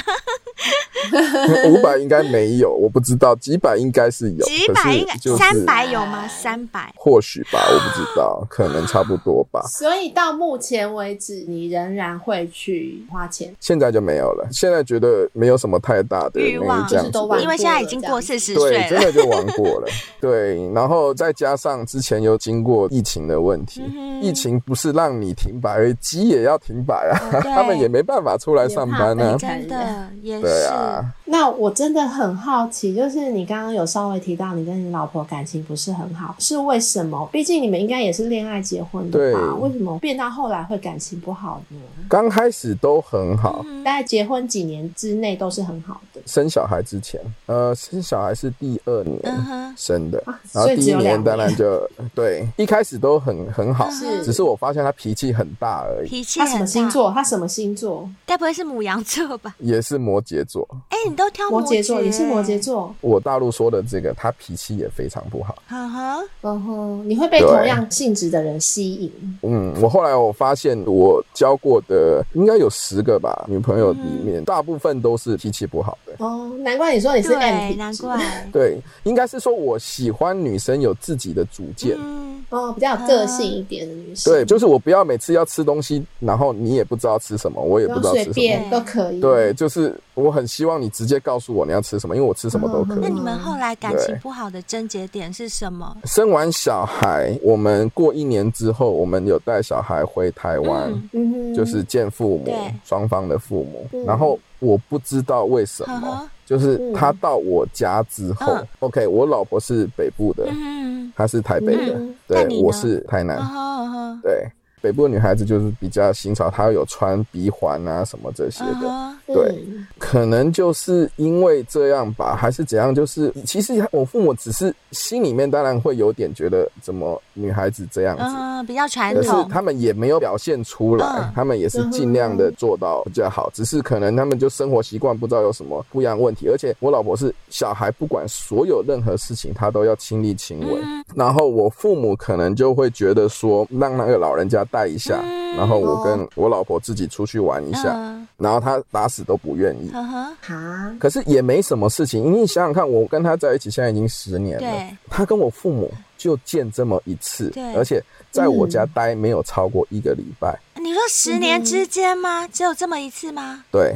[SPEAKER 4] 了， 五百应该没有，我不知道，几百应该是有，
[SPEAKER 5] 几百
[SPEAKER 4] 可是
[SPEAKER 5] 应该
[SPEAKER 4] 就是
[SPEAKER 5] 三百有吗？
[SPEAKER 3] 哎
[SPEAKER 5] 三百。
[SPEAKER 4] 或许吧，我不知道，可能差不多吧。
[SPEAKER 3] 所以到目前为止，你仍然会去花钱，
[SPEAKER 4] 现在就没有了，现在觉得没有什么太大的
[SPEAKER 5] 欲
[SPEAKER 4] 那个
[SPEAKER 5] 望
[SPEAKER 4] 这样
[SPEAKER 3] 就是
[SPEAKER 4] 子
[SPEAKER 3] 都
[SPEAKER 4] 的
[SPEAKER 3] 玩
[SPEAKER 5] 因为现在已经过四十岁
[SPEAKER 4] 对，真的
[SPEAKER 5] 了，
[SPEAKER 4] 就玩过了。 对，然后再加上之前有经过疫情的问题，
[SPEAKER 5] 嗯哼
[SPEAKER 4] 疫情不是让你停摆而已，鸡也要停摆啊，
[SPEAKER 5] 哦对
[SPEAKER 4] 他们也没办法出来上班
[SPEAKER 3] 也怕
[SPEAKER 4] 啊
[SPEAKER 3] 被。
[SPEAKER 5] 真的也
[SPEAKER 4] 对
[SPEAKER 5] 是。
[SPEAKER 4] 啊，
[SPEAKER 3] 那我真的很好奇，就是你刚刚有稍微提到你跟你老婆感情不是很好，是为什么？毕竟你们应该也是恋爱结婚的吧？
[SPEAKER 4] 对
[SPEAKER 3] 为什么变到后来会感情不好呢？
[SPEAKER 4] 刚开始都很好，
[SPEAKER 5] 嗯
[SPEAKER 3] 大概结婚几年之内都是很好的，
[SPEAKER 4] 生小孩之前，呃，生小孩是第二年。
[SPEAKER 5] 嗯哼，
[SPEAKER 4] 生的
[SPEAKER 3] 啊，
[SPEAKER 4] 然后
[SPEAKER 3] 所以
[SPEAKER 4] 第
[SPEAKER 3] 只
[SPEAKER 4] 一
[SPEAKER 3] 有两
[SPEAKER 4] 当然
[SPEAKER 3] 年
[SPEAKER 4] 就对，一开始都很很好，
[SPEAKER 5] 是
[SPEAKER 4] 只是我发现他脾气很大而已，
[SPEAKER 5] 脾气
[SPEAKER 3] 他
[SPEAKER 5] 很
[SPEAKER 3] 什么
[SPEAKER 5] 大
[SPEAKER 3] 星？座？他什么星座？
[SPEAKER 5] 该不会是母羊座吧？
[SPEAKER 4] 也是摩羯座。
[SPEAKER 5] 哎，你都挑
[SPEAKER 3] 摩羯
[SPEAKER 5] 羯
[SPEAKER 3] 座，你是摩羯，座，
[SPEAKER 4] 我大陆说的这个，他脾气也非常不好。
[SPEAKER 5] 呵呵，
[SPEAKER 3] 嗯哼，你会被
[SPEAKER 4] 对
[SPEAKER 3] 同样性质的人吸引，
[SPEAKER 4] 嗯，我后来我发现，我交过的应该有十个吧，女朋友里面、大部分都是脾气不好的。
[SPEAKER 3] 哦，难怪你说你是 M
[SPEAKER 5] 对，
[SPEAKER 3] 体
[SPEAKER 5] 难
[SPEAKER 3] 质，
[SPEAKER 5] 怪。
[SPEAKER 4] 对，应该是说我喜欢女生有自己的主见。
[SPEAKER 5] 嗯，
[SPEAKER 3] 哦，比较有个性一点的女生，
[SPEAKER 4] 对，就是我不要每次要吃东西，然后你也不知道吃什么，我也
[SPEAKER 3] 不
[SPEAKER 4] 不
[SPEAKER 3] 用
[SPEAKER 4] 知
[SPEAKER 3] 随
[SPEAKER 4] 道吃什么。
[SPEAKER 3] 便都可以，
[SPEAKER 4] 对，就是我很希望你直接告诉我你要吃什么，因为我吃什么都可
[SPEAKER 5] 那
[SPEAKER 4] 以。
[SPEAKER 5] 你们后来感情
[SPEAKER 4] 对
[SPEAKER 5] 不好的症结点是什么？
[SPEAKER 4] 生完小孩，我们过一年之后，我们有带小孩回台湾。
[SPEAKER 5] 嗯
[SPEAKER 3] 嗯哼，
[SPEAKER 4] 就是见父母
[SPEAKER 5] 对，
[SPEAKER 4] 双方的父母。
[SPEAKER 3] 嗯
[SPEAKER 4] 然后我不知道为什
[SPEAKER 5] 呵
[SPEAKER 4] 么
[SPEAKER 5] 呵，
[SPEAKER 4] 就是他到我家之后
[SPEAKER 5] 嗯
[SPEAKER 4] ，OK，我老婆是北部的，
[SPEAKER 5] 嗯，
[SPEAKER 4] 她是台北的
[SPEAKER 3] 嗯，
[SPEAKER 4] 对
[SPEAKER 5] 那你呢哦
[SPEAKER 4] 我是台南
[SPEAKER 5] 呵，呵呵
[SPEAKER 4] 对。北部的女孩子就是比较新潮，她有穿鼻环啊什么这些
[SPEAKER 5] 呵
[SPEAKER 4] 的，
[SPEAKER 5] 呵，
[SPEAKER 4] 对
[SPEAKER 3] 嗯
[SPEAKER 4] 可能就是因为这样吧，还是怎样？就是其实我父母只是心里面当然会有点觉得怎么女孩子这样子，
[SPEAKER 5] 嗯，比较传
[SPEAKER 4] 可是
[SPEAKER 5] 统，
[SPEAKER 4] 他们也没有表现出来，
[SPEAKER 5] 嗯
[SPEAKER 4] 他们也是尽量的做到比较好，只是可能他们就生活习惯不知道有什么不一样的问题。而且我老婆是小孩，不管所有任何事情，她都要亲力亲为。
[SPEAKER 5] 嗯
[SPEAKER 4] 然后我父母可能就会觉得说，让那个老人家带一下，
[SPEAKER 5] 嗯
[SPEAKER 4] 然后我跟我老婆自己出去玩一下，
[SPEAKER 5] 嗯，
[SPEAKER 4] 然后她打死都不愿意。
[SPEAKER 5] 呵呵，
[SPEAKER 3] 哈，
[SPEAKER 4] 可是也没什么事情，因为你想想看，我跟他在一起现在已经十年了
[SPEAKER 5] 对，
[SPEAKER 4] 他跟我父母就见这么一次
[SPEAKER 5] 对，
[SPEAKER 4] 而且在我家待没有超过一个礼拜，
[SPEAKER 5] 你说
[SPEAKER 4] 嗯
[SPEAKER 5] 十年之间吗？只有这么一次吗？
[SPEAKER 4] 对，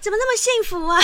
[SPEAKER 5] 怎么那么幸福啊？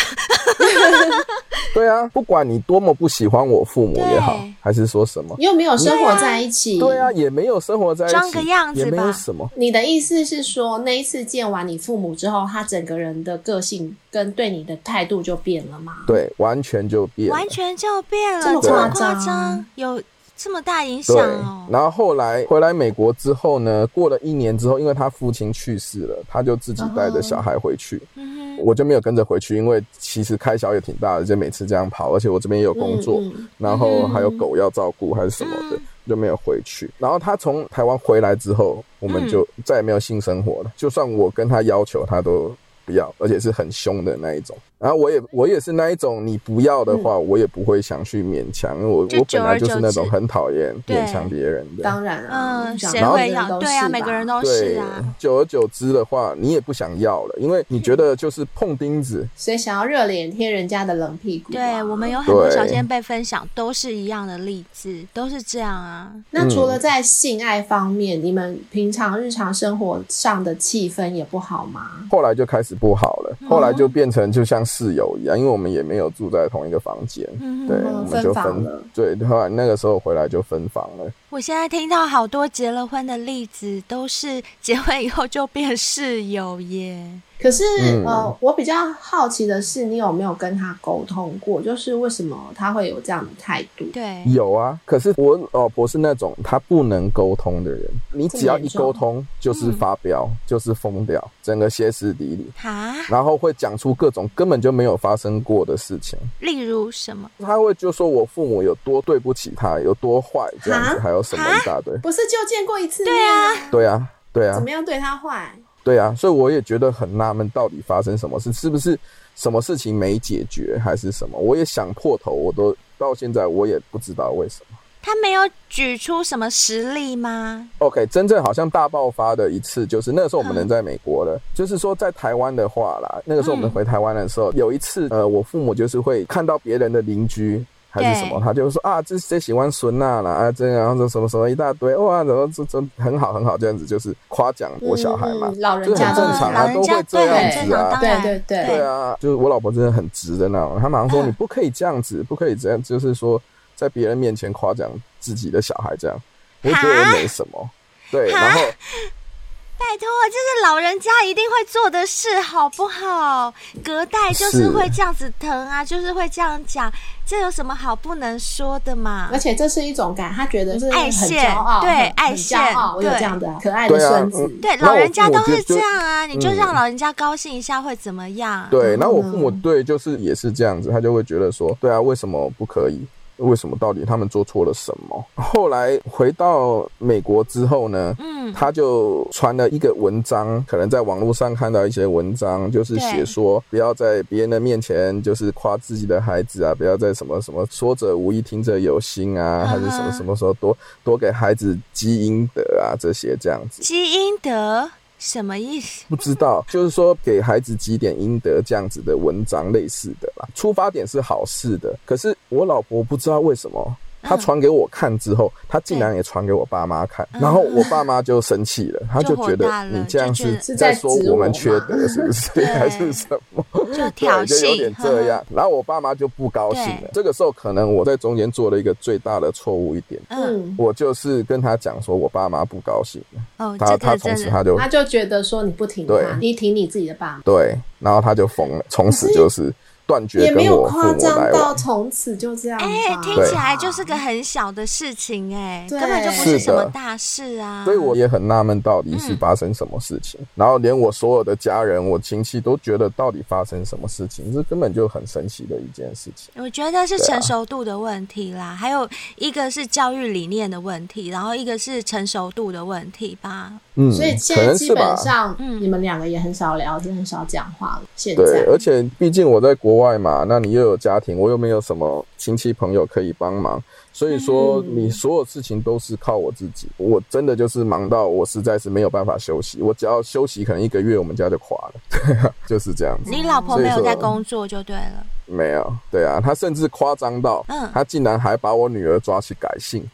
[SPEAKER 4] 对啊，不管你多么不喜欢我父母也好
[SPEAKER 5] 对，
[SPEAKER 4] 还是说什么，
[SPEAKER 3] 又没有生活在一起，
[SPEAKER 4] 对啊，，也没有生活在一起，
[SPEAKER 5] 装个样子吧
[SPEAKER 4] 也没有什么，
[SPEAKER 3] 你的意思是说，那一次见完你父母之后，他整个人的个性跟对你的态度就变了吗？
[SPEAKER 4] 对，啊完全就变了，
[SPEAKER 5] 完全就变了，
[SPEAKER 3] 这么
[SPEAKER 5] 这么
[SPEAKER 3] 夸
[SPEAKER 5] 夸
[SPEAKER 3] 张
[SPEAKER 5] 张，有这么大影响
[SPEAKER 4] 对
[SPEAKER 5] 哦。。
[SPEAKER 4] 然后后来回来美国之后呢，过了一年之后，因为他父亲去世了，他就自己带着小孩回去。
[SPEAKER 5] 嗯哼
[SPEAKER 4] 我就没有跟着回去，因为其实开销也挺大的，就每次这样跑，而且我这边也有工作，
[SPEAKER 3] 嗯嗯
[SPEAKER 4] 然后还有狗要照顾还是什么
[SPEAKER 5] 嗯
[SPEAKER 4] 的，就没有回去。然后他从台湾回来之后，我
[SPEAKER 5] 嗯
[SPEAKER 4] 们就再也没有性生活了。就算我跟他要求，他都不要，而且是很凶的那一种。然后我也我也是那一种，你不要的话，我也不会想去勉强，因为我
[SPEAKER 5] 嗯就
[SPEAKER 4] 我
[SPEAKER 5] 久
[SPEAKER 4] 本
[SPEAKER 5] 而
[SPEAKER 4] 来就是
[SPEAKER 5] 久
[SPEAKER 4] 那种
[SPEAKER 5] 之
[SPEAKER 4] 很讨厌
[SPEAKER 5] 对
[SPEAKER 4] 勉强别人的。
[SPEAKER 3] 当然啊，
[SPEAKER 5] 嗯，
[SPEAKER 3] 讲
[SPEAKER 5] 谁
[SPEAKER 4] 然后
[SPEAKER 5] 会
[SPEAKER 3] 每个人
[SPEAKER 5] 要？
[SPEAKER 3] 都
[SPEAKER 5] 对啊，
[SPEAKER 3] 是
[SPEAKER 5] 每个
[SPEAKER 3] 吧
[SPEAKER 5] 人都
[SPEAKER 4] 对
[SPEAKER 5] 是啊。，
[SPEAKER 4] 久而久之的话，你也不想要了，因为你觉得就是碰钉子，
[SPEAKER 3] 谁想要热脸贴人家的冷屁股、啊
[SPEAKER 5] 对我们。有很多
[SPEAKER 4] 对
[SPEAKER 5] 小先辈分享，都是一样的例子，都是这样啊。
[SPEAKER 4] 嗯
[SPEAKER 3] 那除了在性爱方面，你们平常日常生活上的气氛也不好吗？
[SPEAKER 4] 后来就开始不好了，
[SPEAKER 3] 哦
[SPEAKER 4] 后来就变成就像室友一样，因为我们也没有住在同一个房间，
[SPEAKER 5] 嗯
[SPEAKER 4] 对，
[SPEAKER 3] 嗯
[SPEAKER 4] 我们就
[SPEAKER 3] 分房哎了
[SPEAKER 4] 对，后来那个时候回来就分房了，
[SPEAKER 5] 我现在听到好多结了婚的例子，都是结婚以后就变室友耶。
[SPEAKER 3] 可是、
[SPEAKER 4] 嗯
[SPEAKER 3] 呃，我比较好奇的是，你有没有跟他沟通过？就是为什么他会有这样的态度？
[SPEAKER 5] 对，
[SPEAKER 4] 有啊，可是我老婆是那种她不能沟通的人，你只要一沟通就是发飙，
[SPEAKER 3] 嗯
[SPEAKER 4] 就是疯掉，整个歇斯底里，
[SPEAKER 5] 哈，
[SPEAKER 4] 然后会讲出各种根本就没有发生过的事情。
[SPEAKER 5] 例如什么？
[SPEAKER 4] 他会就说我父母有多对不起他，有多坏这样子，
[SPEAKER 3] 啊
[SPEAKER 4] 还有什么一大堆。
[SPEAKER 3] 不是就见过一次面啊？
[SPEAKER 4] 对啊，对啊
[SPEAKER 3] 怎么，样对他坏？
[SPEAKER 4] 对啊，所以我也觉得很纳闷，到底发生什么事？是不是什么事情没解决，还是什么？我也想破头，我都到现在我也不知道为什么。
[SPEAKER 5] 他没有举出什么实例吗？
[SPEAKER 4] OK，真正好像大爆发的一次，就是那个时候我们人在美国了。就是说，在台湾的话啦，那个时候我们
[SPEAKER 5] 嗯
[SPEAKER 4] 回台湾的时候，有一次，呃，我父母就是会看到别人的邻居还是什么，
[SPEAKER 5] 对
[SPEAKER 4] 他就会说啊，这谁喜欢孙娜啦啊，这然后这什么什么一大堆，哇，然后这这很好很好这样子，就是夸奖我小孩嘛。
[SPEAKER 3] 嗯老人
[SPEAKER 4] 这
[SPEAKER 3] 家
[SPEAKER 4] 很正常
[SPEAKER 5] 老
[SPEAKER 4] 啊
[SPEAKER 3] 的
[SPEAKER 5] 人家
[SPEAKER 4] 都会
[SPEAKER 5] 对
[SPEAKER 4] 这
[SPEAKER 5] 很
[SPEAKER 4] 样
[SPEAKER 5] 正
[SPEAKER 4] 子
[SPEAKER 5] 常，
[SPEAKER 4] 啊
[SPEAKER 5] 当然
[SPEAKER 3] 对对对
[SPEAKER 4] 对啊，就是我老婆真的很直的那种，她马上说
[SPEAKER 5] 嗯
[SPEAKER 4] 你不可以这样子，不可以这样，就是说在别人面前夸奖自己的小孩这样，我就觉得
[SPEAKER 5] 哈
[SPEAKER 4] 没什么。对，
[SPEAKER 5] 哈
[SPEAKER 4] 然后
[SPEAKER 5] 拜托，这是老人家一定会做的事，好不好？隔代就是
[SPEAKER 4] 是
[SPEAKER 5] 会这样子疼啊，就是会这样讲，这有什么好不能说的嘛
[SPEAKER 3] 而？且这是一种感，他觉得是
[SPEAKER 5] 爱
[SPEAKER 3] 很
[SPEAKER 5] 现
[SPEAKER 3] 骄傲，
[SPEAKER 5] 对
[SPEAKER 3] 很
[SPEAKER 5] 爱
[SPEAKER 3] 很骄傲，
[SPEAKER 5] 现
[SPEAKER 3] 我有
[SPEAKER 5] 对
[SPEAKER 3] 这样的可爱的
[SPEAKER 4] 对啊
[SPEAKER 3] 孙子，
[SPEAKER 4] 嗯
[SPEAKER 5] 对，
[SPEAKER 4] 那我
[SPEAKER 5] 老人家
[SPEAKER 4] 父
[SPEAKER 5] 都
[SPEAKER 4] 母
[SPEAKER 5] 是
[SPEAKER 4] 就
[SPEAKER 5] 这样啊，你就
[SPEAKER 4] 嗯
[SPEAKER 5] 让老人家高兴一下会怎么样？
[SPEAKER 4] 对，然后我
[SPEAKER 3] 嗯
[SPEAKER 4] 父母对就是也是这样子，他就会觉得说，对啊，为什么不可以？为什么到底他们做错了什么？后来回到美国之后呢，
[SPEAKER 5] 嗯，
[SPEAKER 4] 他就传了一个文章，可能在网络上看到一些文章，就是
[SPEAKER 5] 对
[SPEAKER 4] 写说不要在别人的面前就是夸自己的孩子啊，不要在什么什么说者无意，听者有心啊，还是什
[SPEAKER 5] 嗯
[SPEAKER 4] 么
[SPEAKER 5] 哼
[SPEAKER 4] 什么时候多多给孩子积阴德啊这些这样子。
[SPEAKER 5] 基因德什么意思？
[SPEAKER 4] 不知道，就是说给孩子积点阴德这样子的文章类似的啦，出发点是好事的。可是我老婆不知道为什么，她
[SPEAKER 5] 嗯
[SPEAKER 4] 传给我看之后，她竟然也传给我爸妈看，然后我爸妈就生气了， 他
[SPEAKER 5] 就
[SPEAKER 4] 就
[SPEAKER 5] 火
[SPEAKER 4] 觉得
[SPEAKER 5] 大了
[SPEAKER 4] 你这样
[SPEAKER 5] 就觉
[SPEAKER 4] 是
[SPEAKER 5] 得
[SPEAKER 3] 是在
[SPEAKER 4] 在说
[SPEAKER 3] 指
[SPEAKER 4] 我
[SPEAKER 3] 我
[SPEAKER 4] 们缺
[SPEAKER 3] 嘛
[SPEAKER 4] 德是不是还是什么？
[SPEAKER 5] 就
[SPEAKER 4] 嗯对，
[SPEAKER 5] 挑
[SPEAKER 4] 就有点
[SPEAKER 5] 衅，嗯
[SPEAKER 4] 这样。然后我爸妈就不高兴
[SPEAKER 5] 对
[SPEAKER 4] 了。这个时候可能我在中间做了一个最大的错误一点，
[SPEAKER 5] 呵呵。嗯，
[SPEAKER 3] 嗯，
[SPEAKER 4] 我就是跟他讲说我爸妈不高兴了，
[SPEAKER 5] 哦，
[SPEAKER 4] 他
[SPEAKER 5] 这
[SPEAKER 4] 他
[SPEAKER 5] 个
[SPEAKER 4] 从
[SPEAKER 5] 真
[SPEAKER 4] 此
[SPEAKER 5] 的
[SPEAKER 4] 他就
[SPEAKER 3] 嗯他就觉得说你不挺
[SPEAKER 4] 对
[SPEAKER 3] 他，你挺你自己的爸妈，
[SPEAKER 4] 对，然后他就疯了，从此就是断绝
[SPEAKER 3] 也
[SPEAKER 4] 跟
[SPEAKER 3] 没有
[SPEAKER 4] 我父
[SPEAKER 3] 夸
[SPEAKER 4] 母
[SPEAKER 3] 张
[SPEAKER 4] 来
[SPEAKER 3] 到
[SPEAKER 4] 往。
[SPEAKER 3] 从此就这样吧。
[SPEAKER 5] 哎、听起来就是个很小的事情、哎，
[SPEAKER 3] 对
[SPEAKER 5] 根本就不是
[SPEAKER 4] 是的
[SPEAKER 5] 什么大事啊。
[SPEAKER 4] 所以我也很纳闷，到底是发生什么事
[SPEAKER 3] 嗯
[SPEAKER 4] 情。然后连我所有的家人、我亲戚都觉得到底发生什么事情，这根本就很神奇的一件事情。
[SPEAKER 5] 我觉得是
[SPEAKER 4] 对啊
[SPEAKER 5] 成熟度的问题啦，还有一个是教育理念的问题，然后一个是成熟度的问题吧。
[SPEAKER 4] 嗯，
[SPEAKER 3] 所以现
[SPEAKER 4] 可
[SPEAKER 3] 在
[SPEAKER 4] 能
[SPEAKER 3] 基
[SPEAKER 4] 是吧
[SPEAKER 3] 本。上
[SPEAKER 5] 嗯
[SPEAKER 3] 你们两个也很少聊天，很少讲话了。现在
[SPEAKER 4] 对，而且毕竟我在国外嘛，那你又有家庭，我又没有什么亲戚朋友可以帮忙，所以说
[SPEAKER 3] 嗯
[SPEAKER 4] 你所有事情都是靠我自己。我真的就是忙到我实在是没有办法休息，我只要休息可能一个月，我们家就垮了， 对啊，就是这样子。
[SPEAKER 5] 你老婆
[SPEAKER 4] 所以
[SPEAKER 5] 没有在
[SPEAKER 4] 说
[SPEAKER 5] 工作就对了，
[SPEAKER 4] 没有，对啊，他甚至夸张到，
[SPEAKER 5] 嗯
[SPEAKER 4] 他竟然还把我女儿抓去改姓，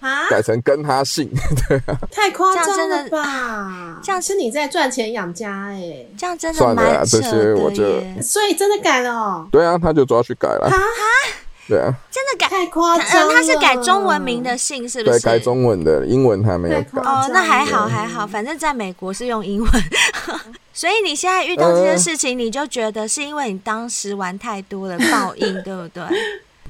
[SPEAKER 3] 啊，
[SPEAKER 4] 改成跟他姓，
[SPEAKER 3] 太夸
[SPEAKER 5] 这
[SPEAKER 3] 张
[SPEAKER 5] 样
[SPEAKER 3] 了
[SPEAKER 5] 真的
[SPEAKER 3] 吧？
[SPEAKER 5] 这样
[SPEAKER 3] 是你在赚钱养家哎、
[SPEAKER 5] 这样真的
[SPEAKER 4] 算了
[SPEAKER 5] 蛮
[SPEAKER 4] 啦
[SPEAKER 5] 扯
[SPEAKER 4] 这些我
[SPEAKER 5] 的
[SPEAKER 4] 就
[SPEAKER 5] 耶，
[SPEAKER 3] 所以真的改了、哦，
[SPEAKER 4] 对啊，他就抓去改了，对啊，
[SPEAKER 5] 真的改，
[SPEAKER 3] 太夸张
[SPEAKER 5] 嗯，
[SPEAKER 3] 了。
[SPEAKER 5] 他是改中文名的姓是不
[SPEAKER 4] 对，
[SPEAKER 5] 是？
[SPEAKER 4] 改中文的，英文还没有
[SPEAKER 3] 太
[SPEAKER 4] 改
[SPEAKER 3] 夸。
[SPEAKER 5] 哦，那还好
[SPEAKER 3] 张了
[SPEAKER 5] 还好，反正在美国是用英文， 所以你现在遇到这件事情，你就觉得是因为你当时玩太多了，报应，对不对？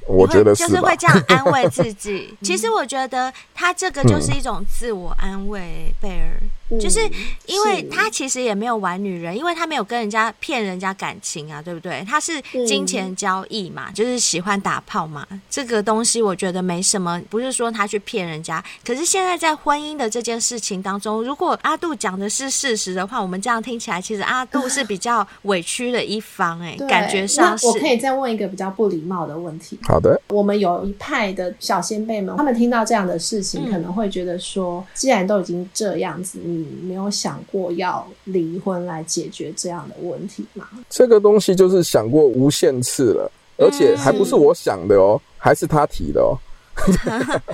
[SPEAKER 4] 我觉得
[SPEAKER 5] 你会就是
[SPEAKER 4] 吧
[SPEAKER 5] 会，这样安
[SPEAKER 3] 嗯
[SPEAKER 5] 慰自己。其实我觉得他这个就是一种自我安慰，贝尔。就是因为
[SPEAKER 3] 是
[SPEAKER 5] 他其实也没有玩女人，因为他没有跟人家骗人家感情啊，对不对？他是金钱交易嘛，就是喜欢打炮嘛，这个东西我觉得没什么，不是说他去骗人家。可是现在在婚姻的这件事情当中，如果阿杜讲的是事实的话，我们这样听起来，其实阿杜是比较委屈的一方、哎，
[SPEAKER 3] 对
[SPEAKER 5] 感觉上
[SPEAKER 3] 那
[SPEAKER 5] 是
[SPEAKER 3] 我可以再问一个比较不礼貌的问题。
[SPEAKER 4] 好的，
[SPEAKER 3] 我们有一派的小先辈们，他们听到这样的事情，
[SPEAKER 5] 嗯
[SPEAKER 3] 可能会觉得说，既然都已经这样子，你没有想过要离婚来解决这样的问题吗？
[SPEAKER 4] 这个东西就是想过无限次了，而且还不是我想的哦，还是他提的哦。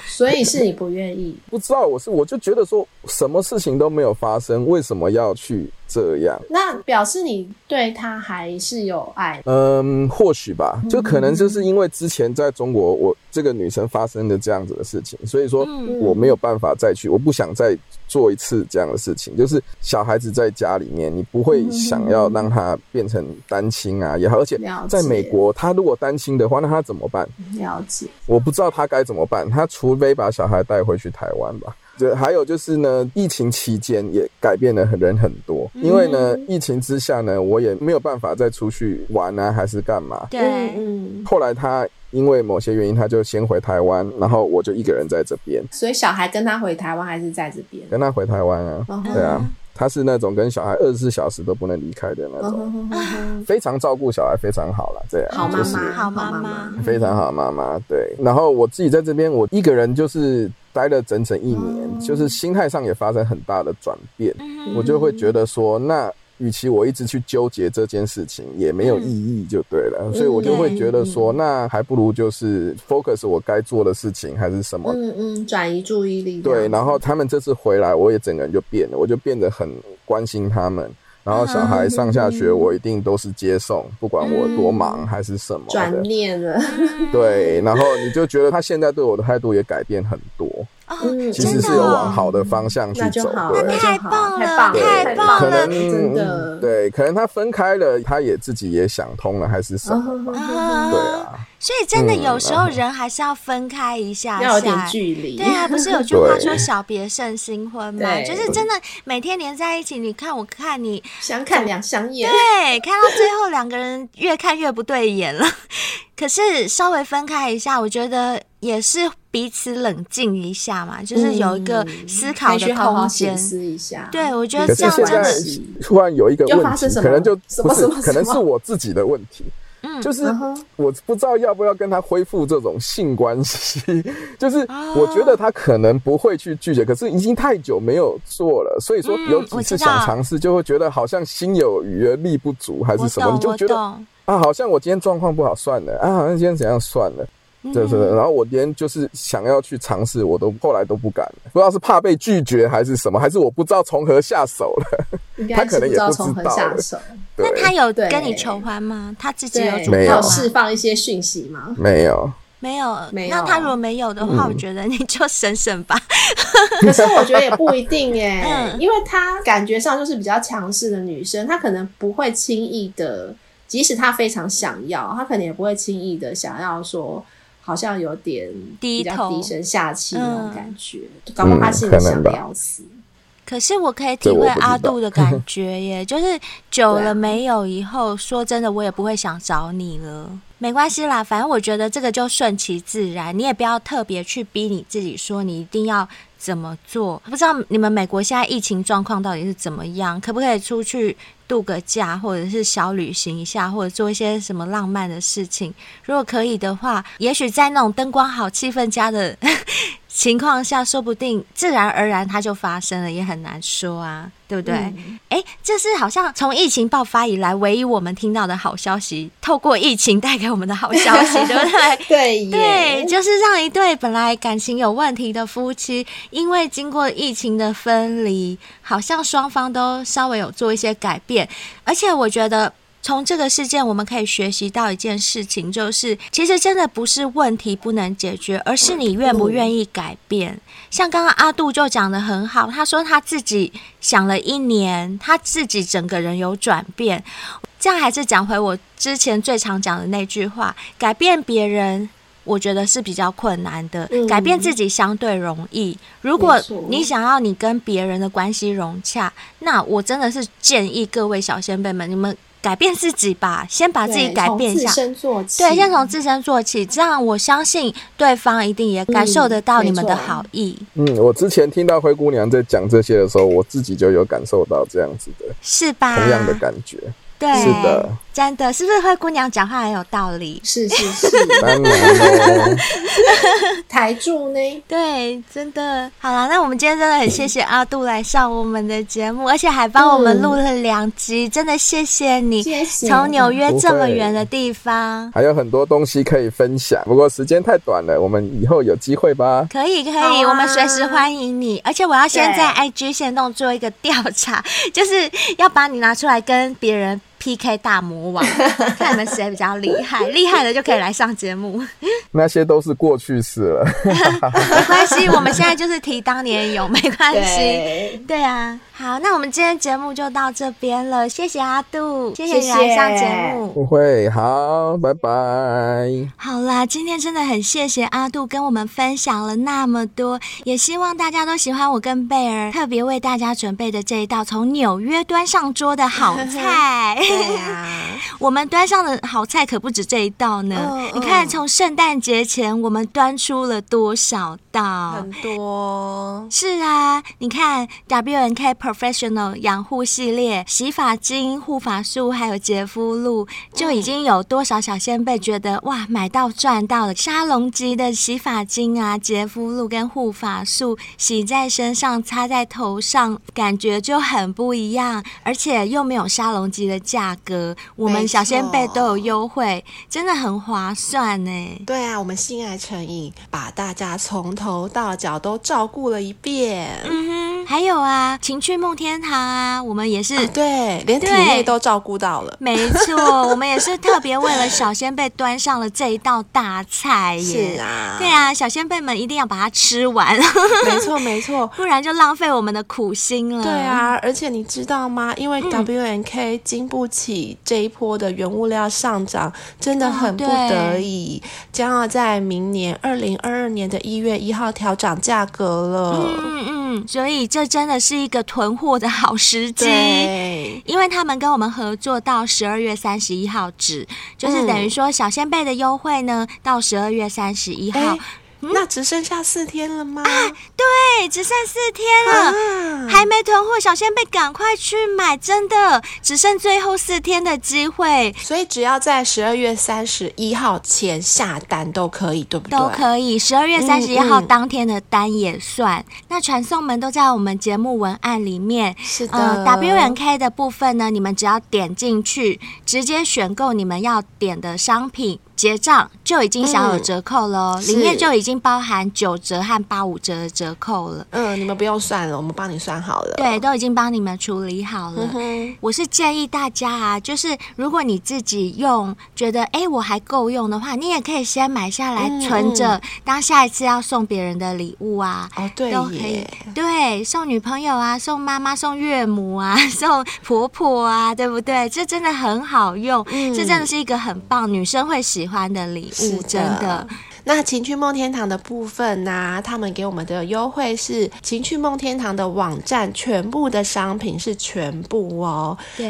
[SPEAKER 3] 所以是你不愿意，
[SPEAKER 4] 不知道我是我就觉得说什么事情都没有发生，为什么要去这样？
[SPEAKER 3] 那表示你对他还是有爱。
[SPEAKER 4] 嗯，或许吧，就可能就是因为之前在中国，我这个女生发生的这样子的事情，所以说
[SPEAKER 5] 嗯
[SPEAKER 4] 我没有办法再去，我不想再做一次这样的事情。就是小孩子在家里面，你不会想要让他变成单亲啊也好，而且
[SPEAKER 3] 了解
[SPEAKER 4] 在美国，他如果单亲的话，那他怎么办？
[SPEAKER 3] 了解，
[SPEAKER 4] 我不知道他该怎么办，他除非把小孩带回去台湾吧。就还有就是呢，疫情期间也改变了人很多，
[SPEAKER 3] 嗯
[SPEAKER 4] 因为呢，疫情之下呢，我也没有办法再出去玩啊，还是干嘛。
[SPEAKER 5] 对。
[SPEAKER 3] 嗯嗯，
[SPEAKER 4] 后来他因为某些原因，他就先回台湾，然后我就一个人在这边
[SPEAKER 3] 所以小孩跟他回台湾还是在这边。
[SPEAKER 4] 跟他回台湾啊。
[SPEAKER 3] 嗯
[SPEAKER 4] 对啊，他是那种跟小孩二十四小时都不能离开的
[SPEAKER 3] 嗯
[SPEAKER 4] 那种，
[SPEAKER 3] 哼哼哼哼
[SPEAKER 4] 非常照顾小孩，非常好了。这样
[SPEAKER 3] 好妈
[SPEAKER 4] 就是
[SPEAKER 3] 妈，
[SPEAKER 5] 好妈妈
[SPEAKER 3] 妈，
[SPEAKER 4] 非常好，妈妈对。然后我自己在这边，我一个人就是待了整整一年，
[SPEAKER 3] 哦
[SPEAKER 4] 就是心态上也发生很大的转变。
[SPEAKER 5] 嗯
[SPEAKER 4] 我就会觉得说，那与其我一直去纠结这件事情，也没
[SPEAKER 3] 嗯
[SPEAKER 4] 有意义，就对了。所以我就会觉得说，那还不如就是 focus 我该做的事情，还是什么。
[SPEAKER 3] 嗯嗯，转移注意力。
[SPEAKER 4] 对，然后他们这次回来，我也整个人就变了，我就变得很关心他们。然后小
[SPEAKER 3] 啊
[SPEAKER 4] 孩上下学，
[SPEAKER 3] 嗯
[SPEAKER 4] 我一定都是接送，不管我多忙还是什么 的。
[SPEAKER 3] 转念了。
[SPEAKER 4] 对，然后你就觉得他现在对我的态度也改变很多，
[SPEAKER 5] 哦，
[SPEAKER 3] 嗯
[SPEAKER 4] 其实
[SPEAKER 5] 真的
[SPEAKER 4] 是有往
[SPEAKER 5] 哦
[SPEAKER 4] 好的方向去
[SPEAKER 3] 哦那就
[SPEAKER 4] 走
[SPEAKER 3] 好，
[SPEAKER 4] 对
[SPEAKER 3] 那就
[SPEAKER 5] 太
[SPEAKER 3] 好
[SPEAKER 5] 棒
[SPEAKER 3] 太
[SPEAKER 5] 了
[SPEAKER 3] 棒
[SPEAKER 4] 对，
[SPEAKER 5] 太棒
[SPEAKER 4] 可
[SPEAKER 5] 了
[SPEAKER 4] 能嗯
[SPEAKER 3] 真的。
[SPEAKER 4] 对，可能他分开了，他也自己也想通了，还是什
[SPEAKER 3] 嗯
[SPEAKER 4] 么？
[SPEAKER 3] 哼哼
[SPEAKER 5] 啊
[SPEAKER 4] 对啊，
[SPEAKER 5] 所以真的
[SPEAKER 4] 嗯
[SPEAKER 5] 有时
[SPEAKER 4] 然
[SPEAKER 5] 候
[SPEAKER 4] 后
[SPEAKER 5] 人还是要分开一下下，
[SPEAKER 3] 要有点距离。
[SPEAKER 5] 对啊，不是有句话
[SPEAKER 4] 对
[SPEAKER 5] 说“小别胜新婚”吗？
[SPEAKER 3] 对
[SPEAKER 5] 就是真的每天黏在一起，你看我看你，
[SPEAKER 3] 相看两相厌。
[SPEAKER 5] 对，啊看到最后两个人越看越不对眼了。 可是稍微分开一下，我觉得也是彼此冷静一下嘛，就是有一个
[SPEAKER 3] 嗯
[SPEAKER 5] 思考
[SPEAKER 3] 必须
[SPEAKER 5] 的
[SPEAKER 3] 好好
[SPEAKER 5] 空
[SPEAKER 3] 显
[SPEAKER 5] 间。
[SPEAKER 3] 思一下。
[SPEAKER 5] 对，我觉得
[SPEAKER 4] 可
[SPEAKER 5] 这
[SPEAKER 4] 是
[SPEAKER 5] 样
[SPEAKER 4] 现
[SPEAKER 5] 真
[SPEAKER 4] 在
[SPEAKER 5] 的
[SPEAKER 3] 是
[SPEAKER 4] 突然有一个
[SPEAKER 3] 又
[SPEAKER 4] 问
[SPEAKER 3] 发
[SPEAKER 4] 题
[SPEAKER 3] 生，什么
[SPEAKER 4] 可能就
[SPEAKER 3] 什么
[SPEAKER 4] 不是
[SPEAKER 3] 什么，
[SPEAKER 4] 可能
[SPEAKER 3] 什么
[SPEAKER 4] 是我自己的问题。就是
[SPEAKER 3] 嗯哼
[SPEAKER 4] 我不知道要不要跟他恢复这种性关系， 就是
[SPEAKER 5] 哦
[SPEAKER 4] 我觉得他可能不会去拒绝，可是已经太久没有做了，所以说
[SPEAKER 5] 嗯
[SPEAKER 4] 有几
[SPEAKER 5] 我
[SPEAKER 4] 次
[SPEAKER 5] 知
[SPEAKER 4] 想
[SPEAKER 5] 道
[SPEAKER 4] 尝试，就会觉得好像心有余而力不足，还
[SPEAKER 5] 我
[SPEAKER 4] 是什么，你
[SPEAKER 5] 懂，
[SPEAKER 4] 就
[SPEAKER 5] 我
[SPEAKER 4] 觉得
[SPEAKER 5] 懂。
[SPEAKER 4] 啊，好像我今天状况不好，算了啊，好像今天怎样算了。对对对，然后我连就是想要去尝试，我都后来都不敢了，不知道是怕被拒绝还是什么，还是我不知道从何下手了。
[SPEAKER 3] 应该是知道从何下手，
[SPEAKER 4] 对，
[SPEAKER 5] 那他有
[SPEAKER 3] 对
[SPEAKER 5] 跟你求婚吗？他自己
[SPEAKER 3] 对，
[SPEAKER 5] 有主
[SPEAKER 4] 没
[SPEAKER 5] 动
[SPEAKER 3] 他
[SPEAKER 4] 有
[SPEAKER 5] 吗
[SPEAKER 3] 有？释放一些讯息吗？
[SPEAKER 4] 没有，
[SPEAKER 5] 没有，
[SPEAKER 3] 没
[SPEAKER 5] 那
[SPEAKER 3] 有
[SPEAKER 5] 他如果没有的
[SPEAKER 4] 嗯
[SPEAKER 5] 话，我觉得你就省省吧。
[SPEAKER 3] 可是我觉得也不一定耶，
[SPEAKER 5] 嗯
[SPEAKER 3] 因为她感觉上就是比较强势的女生，她可能不会轻易的，即使她非常想要，她可能也不会轻易的想要说。好像有点
[SPEAKER 5] 低
[SPEAKER 3] 比较
[SPEAKER 5] 头
[SPEAKER 3] 低声下气那种
[SPEAKER 5] 嗯
[SPEAKER 3] 感觉，搞不好她心里
[SPEAKER 4] 可能
[SPEAKER 3] 想
[SPEAKER 4] 吧
[SPEAKER 3] 的要死。
[SPEAKER 5] 可是我可以体
[SPEAKER 4] 这我
[SPEAKER 5] 会
[SPEAKER 4] 不知
[SPEAKER 5] 阿
[SPEAKER 4] 道
[SPEAKER 5] 杜的感觉 耶，就是久
[SPEAKER 3] 对啊
[SPEAKER 5] 了没有以后，说真的，我也不会想找你了。没关系啦，反正我觉得这个就顺其自然，你也不要特别去逼你自己说你一定要怎么做。不知道你们美国现在疫情状况到底是怎么样，可不可以出去度个假，或者是小旅行一下，或者做一些什么浪漫的事情？如果可以的话，也许在那种灯光好、气氛佳的情况下，说不定自然而然它就发生了，也很难说啊，对不对？哎、这是好像从疫情爆发以来唯一我们听到的好消息，透过疫情带给我们的好消息，对不对？
[SPEAKER 3] 对耶，
[SPEAKER 5] 对，就是让一对本来感情有问题的夫妻，因为经过疫情的分离，好像双方都稍微有做一些改变，而且我觉得。从这个事件，我们可以学习到一件事情，就是其实真的不是问题不能解决，而是你愿不愿意改变。像刚刚阿杜就讲的很好，他说他自己想了一年，他自己整个人有转变。这样还是讲回我之前最常讲的那句话：改变别人我觉得是比较困难的。
[SPEAKER 3] 嗯
[SPEAKER 5] 改变自己相对容易，如果
[SPEAKER 3] 没错
[SPEAKER 5] 你想要你跟别人的关系融洽，那我真的是建议各位小先辈们，你们改变自己吧，先把自己
[SPEAKER 3] 对
[SPEAKER 5] 改
[SPEAKER 3] 从
[SPEAKER 5] 变一
[SPEAKER 3] 自
[SPEAKER 5] 下。
[SPEAKER 3] 身做起，
[SPEAKER 5] 对，先从自身做起，这样我相信对方一定也感受得到
[SPEAKER 3] 嗯
[SPEAKER 5] 你们的
[SPEAKER 3] 没错
[SPEAKER 5] 好意。
[SPEAKER 4] 嗯，我之前听到灰姑娘在讲这些的时候，我自己就有感受到这样子的
[SPEAKER 5] 是吧？
[SPEAKER 4] 同样的感觉。
[SPEAKER 5] 对，
[SPEAKER 4] 是的，
[SPEAKER 5] 真的，是不是灰姑娘讲话很有道理？
[SPEAKER 3] 是是是，
[SPEAKER 4] 当然喽，
[SPEAKER 3] 台柱呢？
[SPEAKER 5] 对，真的。好了，那我们今天真的很谢谢阿杜来上我们的节目，而且还帮我们录了两集，真的谢谢你。
[SPEAKER 3] 谢谢。
[SPEAKER 5] 从纽约
[SPEAKER 4] 不
[SPEAKER 5] 这么
[SPEAKER 4] 会
[SPEAKER 5] 远的地方，
[SPEAKER 4] 还有很多东西可以分享，不过时间太短了，我们以后有机会吧。
[SPEAKER 5] 可以可
[SPEAKER 3] 好
[SPEAKER 5] 以，
[SPEAKER 3] 啊
[SPEAKER 5] 我们随时欢迎你。而且我要先
[SPEAKER 3] 对
[SPEAKER 5] 在 IG 线动做一个调查， 就是要把你拿出来跟别人 PK 大魔王， 看你们谁比较厉害，厉害的就可以来上节目。
[SPEAKER 4] 那些都是过去式了。
[SPEAKER 5] 没关系，我们现在就是提当年勇，没关系。
[SPEAKER 3] 对，
[SPEAKER 5] 对啊，好，那我们今天节目就到这边了，谢谢阿杜，谢
[SPEAKER 3] 谢
[SPEAKER 5] 谢你
[SPEAKER 3] 谢
[SPEAKER 5] 来上节目。
[SPEAKER 4] 不会，好，拜拜。
[SPEAKER 5] 好啦，今天真的很谢谢阿杜跟我们分享了那么多，也希望大家都喜欢我跟贝儿特别为大家准备的这一道从纽约端上桌的好菜。
[SPEAKER 3] 对啊，
[SPEAKER 5] 我们端上的好菜可不止这一道呢，
[SPEAKER 3] 嗯
[SPEAKER 5] 你看
[SPEAKER 3] 嗯
[SPEAKER 5] 从圣诞节前我们端出了多少道
[SPEAKER 3] 很。多。
[SPEAKER 5] 是啊，你看 W N K Professional 养护系列、洗发精、护发素，还有洁肤露，就已经有多少小先辈觉得哇，买到赚到了！沙龙级的洗发精啊、洁肤露跟护发素，洗在身上、擦在头上，感觉就很不一样，而且又没有沙龙级的价格，我们
[SPEAKER 6] 没
[SPEAKER 5] 小先辈
[SPEAKER 6] 错
[SPEAKER 5] 都有优惠，真的很划算呢。
[SPEAKER 6] 对啊，我们性爱成瘾把大家从头到脚都照顾了一遍，
[SPEAKER 5] 嗯哼，还有啊，情趣梦天堂啊，我们也是、
[SPEAKER 6] 对，连体内都照顾到了。
[SPEAKER 5] 没错，我们也是特别为了小仙贝端上了这一道大菜耶。
[SPEAKER 6] 是啊
[SPEAKER 5] 对啊，小仙贝们一定要把它吃完，
[SPEAKER 6] 没错，没错。
[SPEAKER 5] 不然就浪费我们的苦心了。
[SPEAKER 6] 对，啊，而且你知道吗？因为 W N K 经不起这一波的原物料上涨，真的很不得已，将要在明年二零二二年的一月一号调涨价格了。
[SPEAKER 5] 嗯嗯，所以这真的是一个囤货的好时机。
[SPEAKER 6] 对，
[SPEAKER 5] 因为他们跟我们合作到十二月三十一号止，就是等于说小仙贝的优惠呢，到十二月三十一号
[SPEAKER 6] 哎，，那只剩下四天了吗？
[SPEAKER 5] 啊对，只剩四天了。
[SPEAKER 6] 啊
[SPEAKER 5] 还没囤货，小仙贝赶快去买，真的只剩最后四天的机会。
[SPEAKER 6] 所以只要在十二月三十一号前下单都可以，对不对？
[SPEAKER 5] 都可以，十二月三十一
[SPEAKER 6] 嗯
[SPEAKER 5] 号
[SPEAKER 6] 嗯
[SPEAKER 5] 当天的单也算。那传送门都在我们节目文案里面。
[SPEAKER 6] 是的、
[SPEAKER 5] 呃，W N K 的部分呢，你们只要点进去，直接选购你们要点的商品，结账就已经享有
[SPEAKER 6] 嗯
[SPEAKER 5] 折扣了哦、
[SPEAKER 6] 是
[SPEAKER 5] 里面就已经包含九折和八五折的折扣了。
[SPEAKER 6] 嗯，你们不用算了，我们帮你算好了。，
[SPEAKER 5] 对，都已经帮你们处理好了。
[SPEAKER 6] 嗯哼，
[SPEAKER 5] 我是建议大家啊，就是如果你自己用，觉得哎、诶我还够用的话，你也可以先买下来
[SPEAKER 6] 嗯
[SPEAKER 5] 存着，当下一次要送别人的礼物啊。
[SPEAKER 6] 哦，对
[SPEAKER 5] 都可以
[SPEAKER 6] 耶，，
[SPEAKER 5] 对，送女朋友啊，送妈妈，送岳母啊， 送婆婆啊，对不对？这真的很好用，
[SPEAKER 6] 嗯
[SPEAKER 5] 这真的是一个很棒，女生会喜欢的礼
[SPEAKER 6] 是
[SPEAKER 5] 物，
[SPEAKER 6] 的
[SPEAKER 5] 真的。
[SPEAKER 6] 那情趣梦天堂的部分呢、他们给我们的优惠是情趣梦天堂的网站全部的商品是全部哦。
[SPEAKER 5] 对，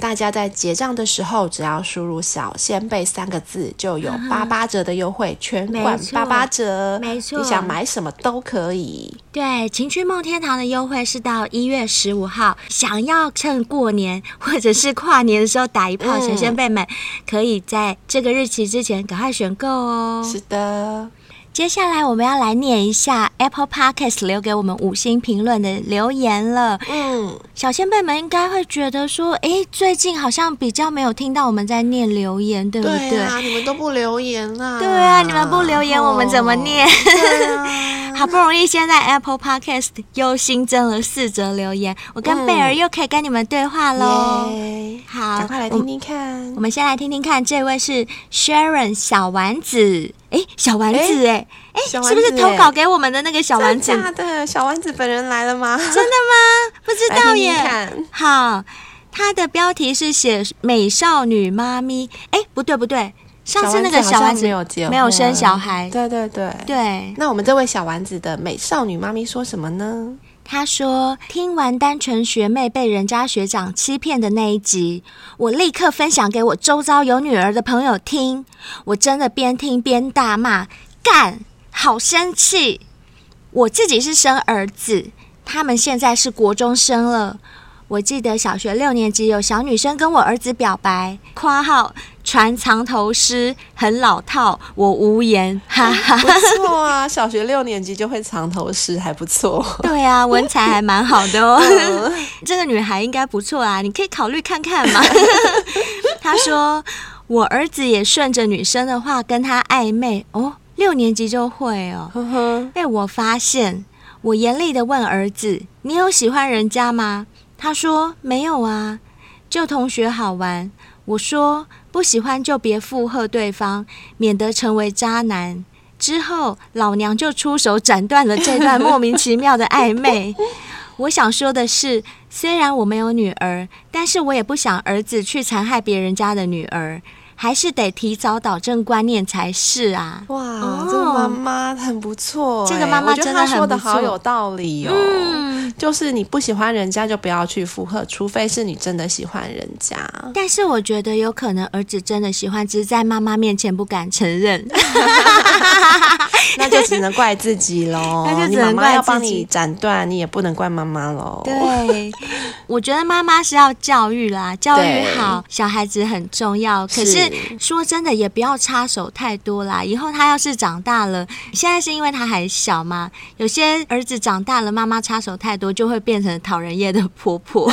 [SPEAKER 6] 大家在结账的时候，只要输入“小仙贝”三个字，就有八八折的优惠，全
[SPEAKER 5] 嗯没
[SPEAKER 6] 馆
[SPEAKER 5] 错
[SPEAKER 6] 八八折。
[SPEAKER 5] 没错
[SPEAKER 6] 你想买什么都可以。
[SPEAKER 5] 对，情趣梦天堂的优惠是到一月十五号，想要趁过年或者是跨年的时候打一炮，
[SPEAKER 6] 嗯
[SPEAKER 5] 小先辈们可以在这个日期之前赶快选购哦。
[SPEAKER 6] 是的，
[SPEAKER 5] 接下来我们要来念一下 Apple Podcast 留给我们五星评论的留言了。
[SPEAKER 6] 嗯，
[SPEAKER 5] 小先辈们应该会觉得说，诶，最近好像比较没有听到我们在念留言，对不对？
[SPEAKER 6] 对啊，你们都不留言啦。
[SPEAKER 5] 对啊你们不留言我们怎么念
[SPEAKER 6] 哦对啊
[SPEAKER 5] 好不容易现在 Apple Podcast 又新增了四则留言，我跟
[SPEAKER 6] 嗯
[SPEAKER 5] 贝尔又可以跟你们对话喽。
[SPEAKER 6] 耶
[SPEAKER 5] 好
[SPEAKER 6] 赶快哎来听听看
[SPEAKER 5] 我。们先来听听看，这位是 Sharon 小丸子，诶，小丸子、诶，诶，
[SPEAKER 6] 小
[SPEAKER 5] 是
[SPEAKER 6] 丸
[SPEAKER 5] 不
[SPEAKER 6] 子
[SPEAKER 5] 是投稿给我们的那个小丸子？
[SPEAKER 6] 真的假的？小丸子本人来了吗？真的
[SPEAKER 5] 不知道耶。
[SPEAKER 6] 来听听看
[SPEAKER 5] 好，它的标题是写美少女妈咪，诶，不对不对，上次那个
[SPEAKER 6] 小
[SPEAKER 5] 小
[SPEAKER 6] 丸
[SPEAKER 5] 丸
[SPEAKER 6] 子好像
[SPEAKER 5] 子
[SPEAKER 6] 没有结婚，
[SPEAKER 5] 没有生小孩，
[SPEAKER 6] 对对对。
[SPEAKER 5] 对，
[SPEAKER 6] 那我们这位小丸子的美少女妈咪说什么呢？
[SPEAKER 5] 他说：“听完单纯学妹被人家学长欺骗的那一集，我立刻分享给我周遭有女儿的朋友听。我真的边听边大骂，干，好生气！我自己是生儿子，他们现在是国中生了。我记得小学六年级有小女生跟我儿子表白（括号传藏头诗，很老套，我无言，哈哈。
[SPEAKER 6] 不错啊，小学六年级就会藏头诗，还不错。
[SPEAKER 5] 对啊，文采还蛮好的哦。 这个女孩应该不错啊，你可以考虑看看嘛。她说，我儿子也顺着女生的话跟她暧昧哦，六年级就会哦。
[SPEAKER 6] 呵呵，
[SPEAKER 5] 被我发现，我严厉的问儿子：“你有喜欢人家吗？”他说：“没有啊，就同学好玩。”我说：“不喜欢就别附和对方，免得成为渣男。”之后，老娘就出手斩断了这段莫名其妙的暧昧。我想说的是，虽然我没有女儿，但是我也不想儿子去残害别人家的女儿，还是得提早导正观念才是啊。
[SPEAKER 6] 哇，
[SPEAKER 5] 哦
[SPEAKER 6] 这个妈妈很不错欸、
[SPEAKER 5] 这个妈妈
[SPEAKER 6] 我觉得
[SPEAKER 5] 真的
[SPEAKER 6] 她
[SPEAKER 5] 很
[SPEAKER 6] 说的
[SPEAKER 5] 不错
[SPEAKER 6] 好有道理哦。
[SPEAKER 5] 嗯，
[SPEAKER 6] 就是你不喜欢人家，就不要去附和，除非是你真的喜欢人家。
[SPEAKER 5] 但是我觉得有可能儿子真的喜欢，只是在妈妈面前不敢承认。
[SPEAKER 6] 那就只能怪自己喽。
[SPEAKER 5] 那就
[SPEAKER 6] 你
[SPEAKER 5] 只能
[SPEAKER 6] 妈妈
[SPEAKER 5] 怪
[SPEAKER 6] 要
[SPEAKER 5] 自
[SPEAKER 6] 帮
[SPEAKER 5] 己
[SPEAKER 6] 你斩断，你也不能怪妈妈喽。
[SPEAKER 5] 对，我觉得妈妈是要教育啦，教育
[SPEAKER 6] 对
[SPEAKER 5] 好小孩子很重要。可
[SPEAKER 6] 是
[SPEAKER 5] 是说真的，也不要插手太多啦。以后他要是长大了，现在是因为他还小嘛，有些儿子长大了，妈妈插手太多，就会变成讨人厌的婆 婆。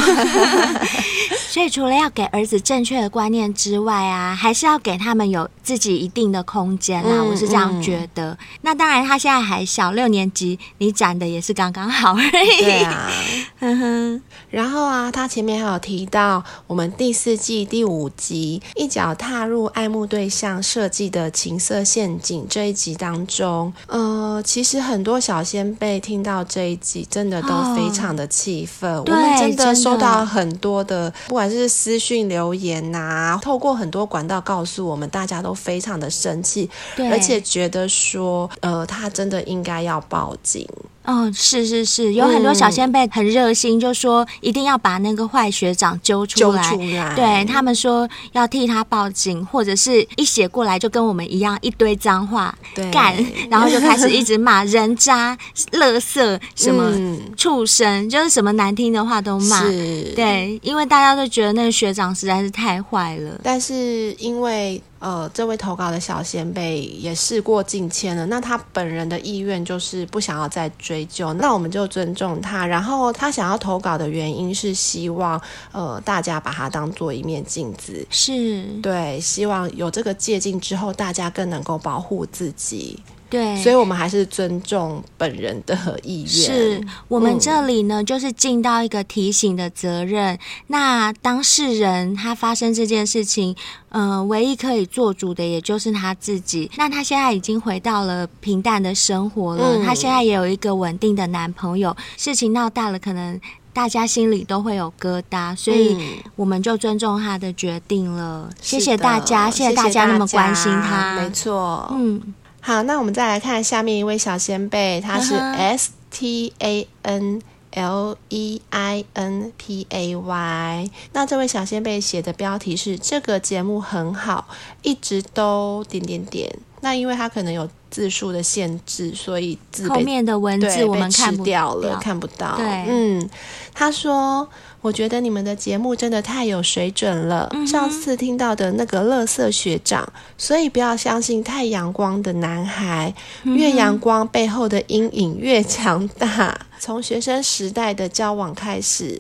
[SPEAKER 5] 所以除了要给儿子正确的观念之外啊，还是要给他们有自己一定的空间啦。
[SPEAKER 6] 嗯
[SPEAKER 5] 我是这样觉得。那当然，他现在还小，六年级，你展的也是刚刚好而已。
[SPEAKER 6] 对 啊。
[SPEAKER 5] 哼嗯哼，
[SPEAKER 6] 然后啊，他前面还有提到我们第四季第五集《一脚踏入爱慕对象设计的情色陷阱》这一集当中，呃，其实很多小先辈听到这一集，真的都
[SPEAKER 5] 哦
[SPEAKER 6] 非常的气愤。我
[SPEAKER 5] 嗯对
[SPEAKER 6] 们真的
[SPEAKER 5] 真的
[SPEAKER 6] 收到很多的，不管是私讯留言呐、透过很多管道告诉我们，大家都非常的生气，
[SPEAKER 5] 对，
[SPEAKER 6] 而且觉得说，呃，他真的应该要报警。
[SPEAKER 5] 哦，是是是，有很多小
[SPEAKER 6] 嗯
[SPEAKER 5] 先辈很热心，就说一定要把那个坏学长揪出
[SPEAKER 6] 揪
[SPEAKER 5] 来。
[SPEAKER 6] 出来
[SPEAKER 5] 对他们说要替他报警，或者是一写过来就跟我们一样一堆脏话
[SPEAKER 6] 对
[SPEAKER 5] 干，然后就开始一直骂人渣、垃圾什么
[SPEAKER 6] 嗯
[SPEAKER 5] 畜生，就是什么难听的话都骂。
[SPEAKER 6] 是，
[SPEAKER 5] 对，啊因为大家都觉得那个学长实在是太坏了。
[SPEAKER 6] 但是因为呃，这位投稿的小先辈也事过境迁了，那他本人的意愿就是不想要再追究，那我们就尊重他。然后他想要投稿的原因是希望呃大家把他当做一面镜子，
[SPEAKER 5] 是，
[SPEAKER 6] 对，希望有这个借镜之后，大家更能够保护自己。
[SPEAKER 5] 对，
[SPEAKER 6] 所以我们还是尊重本人的意愿。
[SPEAKER 5] 是我们这里
[SPEAKER 6] 嗯
[SPEAKER 5] 呢，就是尽到一个提醒的责任。那当事人他发生这件事情，呃，唯一可以做主的也就是他自己。那他现在已经回到了平淡的生活了，
[SPEAKER 6] 嗯
[SPEAKER 5] 他现在也有一个稳定的男朋友。事情闹大了，可能大家心里都会有疙瘩，所以
[SPEAKER 6] 嗯
[SPEAKER 5] 我们就尊重他的决定了。谢谢
[SPEAKER 6] 是的
[SPEAKER 5] 大家，谢
[SPEAKER 6] 谢
[SPEAKER 5] 大家那么关心
[SPEAKER 6] 大
[SPEAKER 5] 他。
[SPEAKER 6] 家没错，
[SPEAKER 5] 嗯，
[SPEAKER 6] 好，那我们再来看下面一位小先辈，他是
[SPEAKER 5] 嗯哼
[SPEAKER 6] S T A N。L E I N P A Y，那这位小先辈写的标题是“这个节目很好，一直都点点点”。那因为他可能有字数的限制，所以字
[SPEAKER 5] 后
[SPEAKER 6] 被
[SPEAKER 5] 面的文
[SPEAKER 6] 对，
[SPEAKER 5] 字我
[SPEAKER 6] 被
[SPEAKER 5] 们看
[SPEAKER 6] 吃
[SPEAKER 5] 不
[SPEAKER 6] 掉了，
[SPEAKER 5] 掉
[SPEAKER 6] 看不到。
[SPEAKER 5] 对
[SPEAKER 6] 嗯，他说：“我觉得你们的节目真的太有水准了。上次听到的那个乐色学长，所以不要相信太阳光的男孩，越
[SPEAKER 5] 嗯
[SPEAKER 6] 阳光背后的阴影越强大。 从学生时代的交往开始。”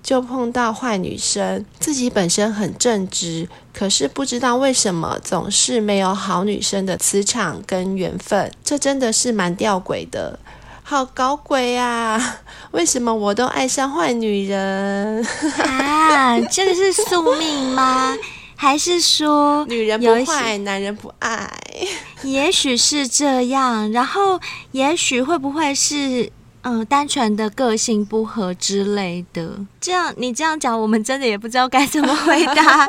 [SPEAKER 6] 就碰到坏女生，自己本身很正直，可是不知道为什么总是没有好女生的磁场跟缘分，这真的是蛮吊诡的。好搞鬼啊！ 为什么我都爱上坏女人？
[SPEAKER 5] 啊，这个是宿命吗？还是说
[SPEAKER 6] 女人
[SPEAKER 5] 有一
[SPEAKER 6] 不
[SPEAKER 5] 些？
[SPEAKER 6] 坏，男人不爱。
[SPEAKER 5] 也许是这样，然后也许会不会是？嗯单纯的个性不合之类的。这样你这样讲，我们真的也不知道该怎么回 答，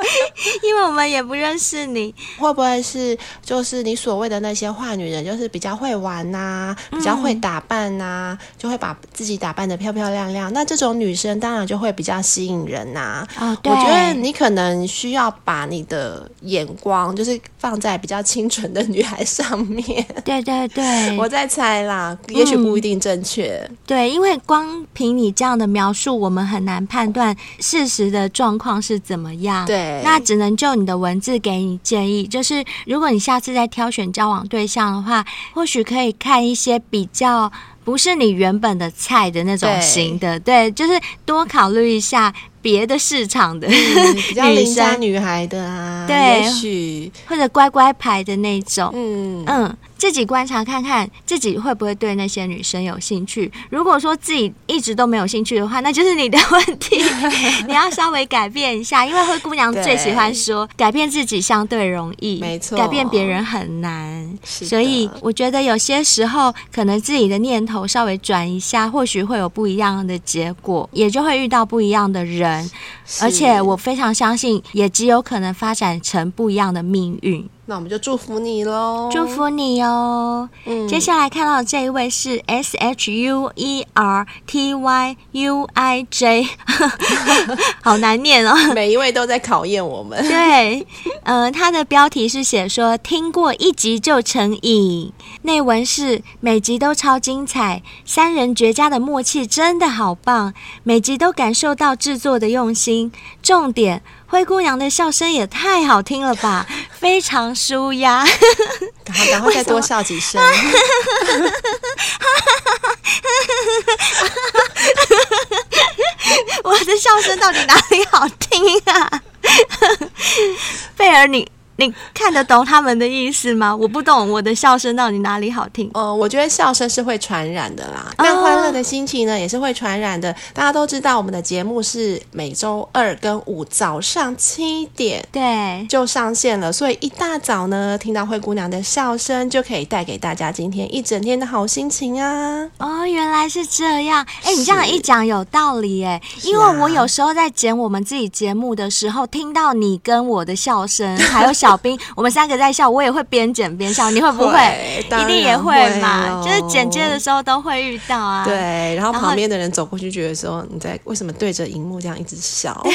[SPEAKER 5] 因为我们也不认识你。
[SPEAKER 6] 会不会是就是你所谓的那些坏女人，就是比较会玩呐、
[SPEAKER 5] 嗯
[SPEAKER 6] 比较会打扮呐、就会把自己打扮得漂漂亮亮。那这种女生当然就会比较吸引人呐、
[SPEAKER 5] 哦，对，
[SPEAKER 6] 我觉得你可能需要把你的眼光就是放在比较清纯的女孩上面。
[SPEAKER 5] 对对对，嗯
[SPEAKER 6] 我在猜啦，也许不一定正确。
[SPEAKER 5] 对，因为光凭你这样的描述，我们很难判断事实的状况是怎么样。
[SPEAKER 6] 对
[SPEAKER 5] 那只能就你的文字给你建议，就是如果你下次在挑选交往对象的话，或许可以看一些比较不是你原本的菜的那种
[SPEAKER 6] 对
[SPEAKER 5] 型的，对，就是多考虑一下别的市场的、
[SPEAKER 6] 嗯比较邻家
[SPEAKER 5] 生，
[SPEAKER 6] 女孩的啊，
[SPEAKER 5] 对
[SPEAKER 6] 也许，
[SPEAKER 5] 或者乖乖牌的那种。
[SPEAKER 6] 嗯，
[SPEAKER 5] 嗯，自己观察看看自己会不会对那些女生有兴趣。如果说自己一直都没有兴趣的话，那就是你的问 题，你要稍微改变一下，因为灰姑娘最喜欢说改变自己相对容易，
[SPEAKER 6] 没错
[SPEAKER 5] 改变别人很难。
[SPEAKER 6] 是
[SPEAKER 5] 所以
[SPEAKER 6] 的
[SPEAKER 5] 我觉得有些时候可能自己的念头稍微转一下，或许会有不一样的结果，也就会遇到不一样的人。
[SPEAKER 6] 是
[SPEAKER 5] 而且我非常相信，也极有可能发展成不一样的命运。
[SPEAKER 6] 那我们就祝福你喽，
[SPEAKER 5] 祝，福你哦！
[SPEAKER 6] 嗯
[SPEAKER 5] 接下来看到的这一位是 S H U E R T Y U I J，好难念哦。
[SPEAKER 6] 每一位都在考验我们。
[SPEAKER 5] 对，呃，它的标题是写说听过一集就成瘾，内文是每集都超精彩，三人绝佳的默契真的好棒，每集都感受到制作的用心。重点，灰姑娘的笑声也太好听了吧，非常舒压。
[SPEAKER 6] 赶快赶快再多笑 几声，
[SPEAKER 5] 我的笑声到底哪里好听啊？贝尔，你你看得懂他们的意思吗？我不懂我的笑声到底哪里好听。
[SPEAKER 6] 呃，我觉得笑声是会传染的啦，
[SPEAKER 5] 哦
[SPEAKER 6] 那欢乐的心情呢也是会传染的。大家都知道我们的节目是每周二跟五早上七点
[SPEAKER 5] 对，
[SPEAKER 6] 就上线了，所以一大早呢听到灰姑娘的笑声，就可以带给大家今天一整天的好心情啊。
[SPEAKER 5] 哦，原来是这样。哎，你这样
[SPEAKER 6] 是
[SPEAKER 5] 一讲有道理哎，因
[SPEAKER 6] 啊
[SPEAKER 5] 为我有时候在剪我们自己节目的时候，听到你跟我的笑声，还有小 兵，我们三个在笑，我也会边剪边笑。你会不
[SPEAKER 6] 会当
[SPEAKER 5] 一定也
[SPEAKER 6] 然
[SPEAKER 5] 会
[SPEAKER 6] 会
[SPEAKER 5] 嘛，就是剪接
[SPEAKER 6] 咯
[SPEAKER 5] 的时候都会遇到啊。
[SPEAKER 6] 对，然后
[SPEAKER 5] 然后
[SPEAKER 6] 旁边的人走过去，觉得说嗯你在为什么对着荧幕这样一直笑？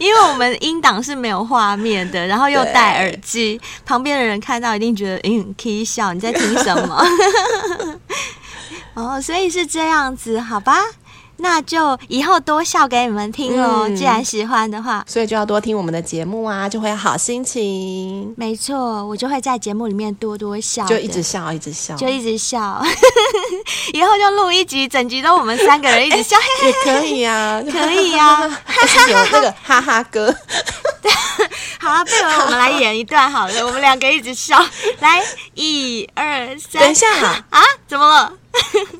[SPEAKER 5] 因为我们音档是没有画面的，然后又
[SPEAKER 6] 对
[SPEAKER 5] 戴耳机，旁边的人看到一定觉得，嗯，很 k 笑，你在听什么？ 哦，所以是这样子，好吧？那就以后多笑给你们听喽。
[SPEAKER 6] 嗯
[SPEAKER 5] 既然喜欢的话，
[SPEAKER 6] 所以就要多听我们的节目啊，就会有好心情，
[SPEAKER 5] 没错，我就会在节目里面多多笑的，
[SPEAKER 6] 就一直笑，一直笑，
[SPEAKER 5] 就一直笑。 以后就录一集，整集都我们三个人一
[SPEAKER 6] 哎
[SPEAKER 5] 直笑， 嘿
[SPEAKER 6] 也 可以啊，
[SPEAKER 5] 嘿 可以 啊。
[SPEAKER 6] 而且有那个哈哈歌，
[SPEAKER 5] 好啊，贝文，我们来演一段好了，我们两个一直笑。来，一二三，
[SPEAKER 6] 等一下
[SPEAKER 5] 啊，怎么了？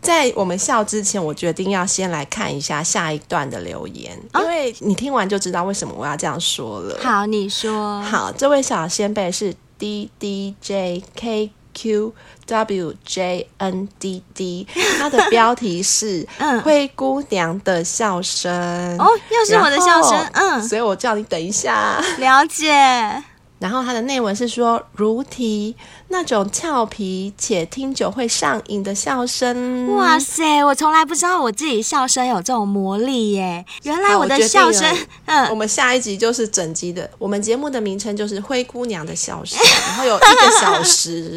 [SPEAKER 6] 在我们笑之前，我决定要先来看一下下一段的留言，因为你听完就知道为什么我要这样说了。
[SPEAKER 5] 哦好，你说。
[SPEAKER 6] 好，这位小先辈是 D D J K Q W J N D D，他的标题是
[SPEAKER 5] 嗯
[SPEAKER 6] 《灰姑娘的笑声》。
[SPEAKER 5] 哦，又是我的笑声，
[SPEAKER 6] 然后
[SPEAKER 5] 嗯，
[SPEAKER 6] 所以我叫你等一下。
[SPEAKER 5] 了解，
[SPEAKER 6] 然后它的内文是说，如题那种俏皮且听久会上瘾的笑声。
[SPEAKER 5] 哇塞，我从来不知道我自己笑声有这种魔力耶，原来
[SPEAKER 6] 好
[SPEAKER 5] 我
[SPEAKER 6] 我
[SPEAKER 5] 的
[SPEAKER 6] 决定
[SPEAKER 5] 笑声
[SPEAKER 6] 了，我
[SPEAKER 5] 嗯，
[SPEAKER 6] 们下一集就是整集的，我们节目的名称就是《灰姑娘的笑声》，然后有一个小 时，一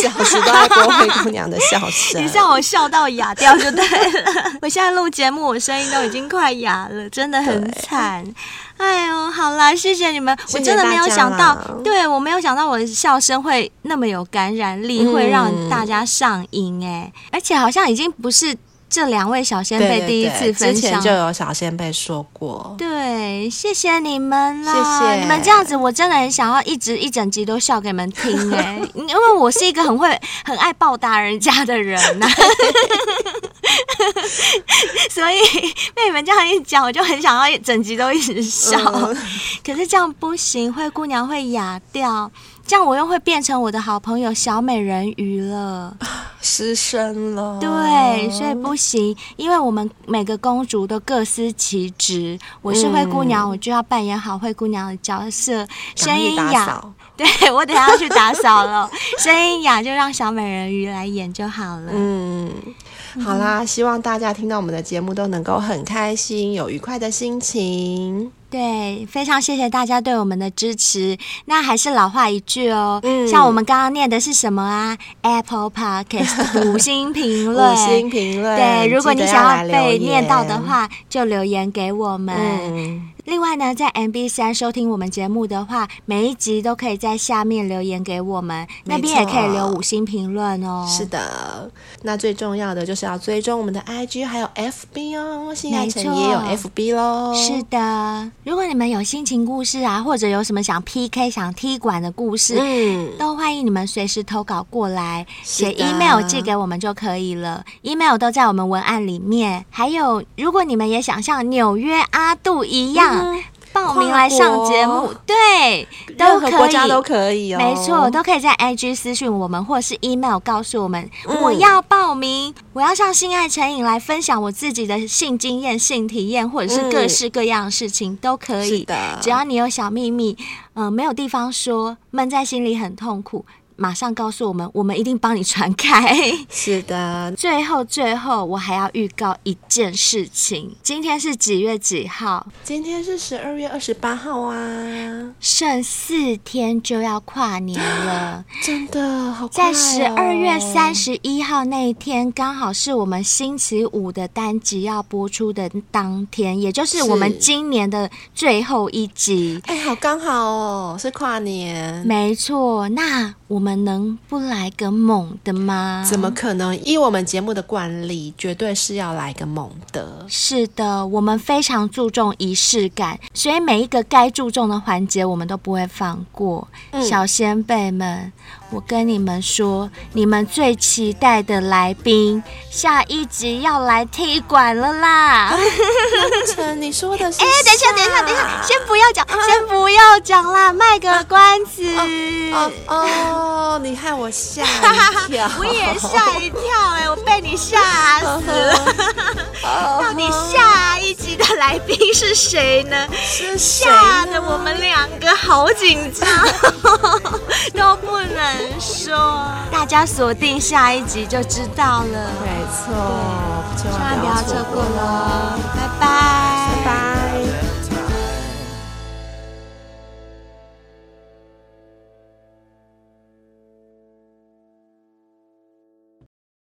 [SPEAKER 6] 个小时都在播灰姑娘的笑声
[SPEAKER 5] 你。让我笑到哑掉就对 了。我现在录节目，我声音都已经快哑了，真的很惨。哎呦，好啦，谢谢你们，
[SPEAKER 6] 谢谢
[SPEAKER 5] 我真的没有想到
[SPEAKER 6] 大家啦，
[SPEAKER 5] 对我没有想到我的笑声会那么有感染力，
[SPEAKER 6] 嗯
[SPEAKER 5] 会让大家上瘾哎，而且好像已经不是这两位小先
[SPEAKER 6] 对
[SPEAKER 5] 辈
[SPEAKER 6] 对
[SPEAKER 5] 第一次
[SPEAKER 6] 对
[SPEAKER 5] 分
[SPEAKER 6] 之前
[SPEAKER 5] 享
[SPEAKER 6] 就有小仙贝说过，
[SPEAKER 5] 对，谢谢你们啦！
[SPEAKER 6] 哦谢谢
[SPEAKER 5] 你们这样子，我真的很想要一直一整集都笑给你们 听哎、因为我是一个很会、很爱报答人家的人呐、 所以被你们这样一讲，我就很想要一整集都一直笑。
[SPEAKER 6] 嗯
[SPEAKER 5] 可是这样不行，灰姑娘会哑掉，这样我又会变成我的好朋友小美人鱼了。
[SPEAKER 6] 失身了。
[SPEAKER 5] 对，所
[SPEAKER 6] 哦
[SPEAKER 5] 以不行，因为我们每个公主都各司其职。我是灰姑
[SPEAKER 6] 嗯
[SPEAKER 5] 娘，我就要扮演好灰姑娘的角色，声音
[SPEAKER 6] 打
[SPEAKER 5] 哑。
[SPEAKER 6] 扫，
[SPEAKER 5] 对我等一下要去打扫了，声音哑就让小美人鱼来演就好了。
[SPEAKER 6] 嗯，好啦，希望大家听到我们的节目都能够很开心，有愉快的心情。
[SPEAKER 5] 对，非常谢谢大家对我们的支持。那还是老话一句哦，
[SPEAKER 6] 嗯
[SPEAKER 5] 像我们刚刚念的是什么啊？Apple Podcast 五星评论，
[SPEAKER 6] 五星评论，
[SPEAKER 5] 对，如果
[SPEAKER 6] 记
[SPEAKER 5] 你
[SPEAKER 6] 得
[SPEAKER 5] 想
[SPEAKER 6] 来
[SPEAKER 5] 要
[SPEAKER 6] 留
[SPEAKER 5] 被
[SPEAKER 6] 言
[SPEAKER 5] 念到的，话，就留言给我们。
[SPEAKER 6] 嗯，
[SPEAKER 5] 另外呢，在 MB 三收听我们节目的话，每一集都可以在下面留言给我们，那边也可
[SPEAKER 6] 没错
[SPEAKER 5] 以留五星评论哦。
[SPEAKER 6] 是的。那最重要的就是要追踪我们的 IG 还有 FB 哦，新海诚
[SPEAKER 5] 没错
[SPEAKER 6] 也有 FB 喽。
[SPEAKER 5] 是的，如果你们有心情故事啊，或者有什么想 PK、想踢馆的故事，
[SPEAKER 6] 嗯，
[SPEAKER 5] 都欢迎你们随时投稿过来，
[SPEAKER 6] 是
[SPEAKER 5] 写
[SPEAKER 6] 的
[SPEAKER 5] email 寄给我们就可以了。email 都在我们文案里面。还有，如果你们也想像纽约阿杜一样、报名来上节
[SPEAKER 6] 嗯跨
[SPEAKER 5] 目
[SPEAKER 6] 国，
[SPEAKER 5] 对，都
[SPEAKER 6] 任
[SPEAKER 5] 可
[SPEAKER 6] 何
[SPEAKER 5] 以，
[SPEAKER 6] 国家都可以哦，
[SPEAKER 5] 没错，都可以在 IG 私讯我们，或是 email 告诉我们、
[SPEAKER 6] 嗯
[SPEAKER 5] 我要报名，我要上性爱成瘾来分享我自己的性经验、性体验，或者是各
[SPEAKER 6] 嗯
[SPEAKER 5] 式各样的事情、都可以
[SPEAKER 6] 是。的，
[SPEAKER 5] 只要你有小秘密，嗯、没有地方说，闷在心里很痛苦，马上告诉我们，我们一定帮你传 开。
[SPEAKER 6] 是的，
[SPEAKER 5] 最后，最后，我还要预告一件事情，今天是几月几号？
[SPEAKER 6] 今天是十二月二十八号啊，
[SPEAKER 5] 剩四天就要跨年了。
[SPEAKER 6] 真的好
[SPEAKER 5] 在
[SPEAKER 6] 快、哦，
[SPEAKER 5] 十二月三十一号那一天，刚好是我们星期五的单集要播出的当天，也就是我们
[SPEAKER 6] 是
[SPEAKER 5] 今年的最后一集。
[SPEAKER 6] 哎，好刚好哦，是跨年，
[SPEAKER 5] 没错，那我们能不来个猛的吗？
[SPEAKER 6] 怎么？可能？依我们节目的惯例，绝对是要来个猛的。
[SPEAKER 5] 是的，我们非常注重仪式感，所以每一个该注重的环节，我们都不会放过。
[SPEAKER 6] 嗯
[SPEAKER 5] 小先辈们，我跟你们说，你们最期待的来宾，下一集要来踢馆了 啦！
[SPEAKER 6] 陈，你说 的是？
[SPEAKER 5] 哎、等一下，等一下，等一 下，先不要讲，先不要讲啦，卖个关 子。，
[SPEAKER 6] 哦哦，你害我吓一跳
[SPEAKER 5] 我也吓一跳哎、我被你吓死 了。到底下一集的来宾是谁呢？
[SPEAKER 6] 是谁
[SPEAKER 5] 吓得
[SPEAKER 6] 呢
[SPEAKER 5] 我们两个好紧张， 都不能说。大家锁定下一集就知道了，
[SPEAKER 6] 没错，千
[SPEAKER 5] 千万
[SPEAKER 6] 万
[SPEAKER 5] 不
[SPEAKER 6] 不
[SPEAKER 5] 要
[SPEAKER 6] 要
[SPEAKER 5] 错
[SPEAKER 6] 错
[SPEAKER 5] 过
[SPEAKER 6] 过喽。
[SPEAKER 5] 喽，拜拜。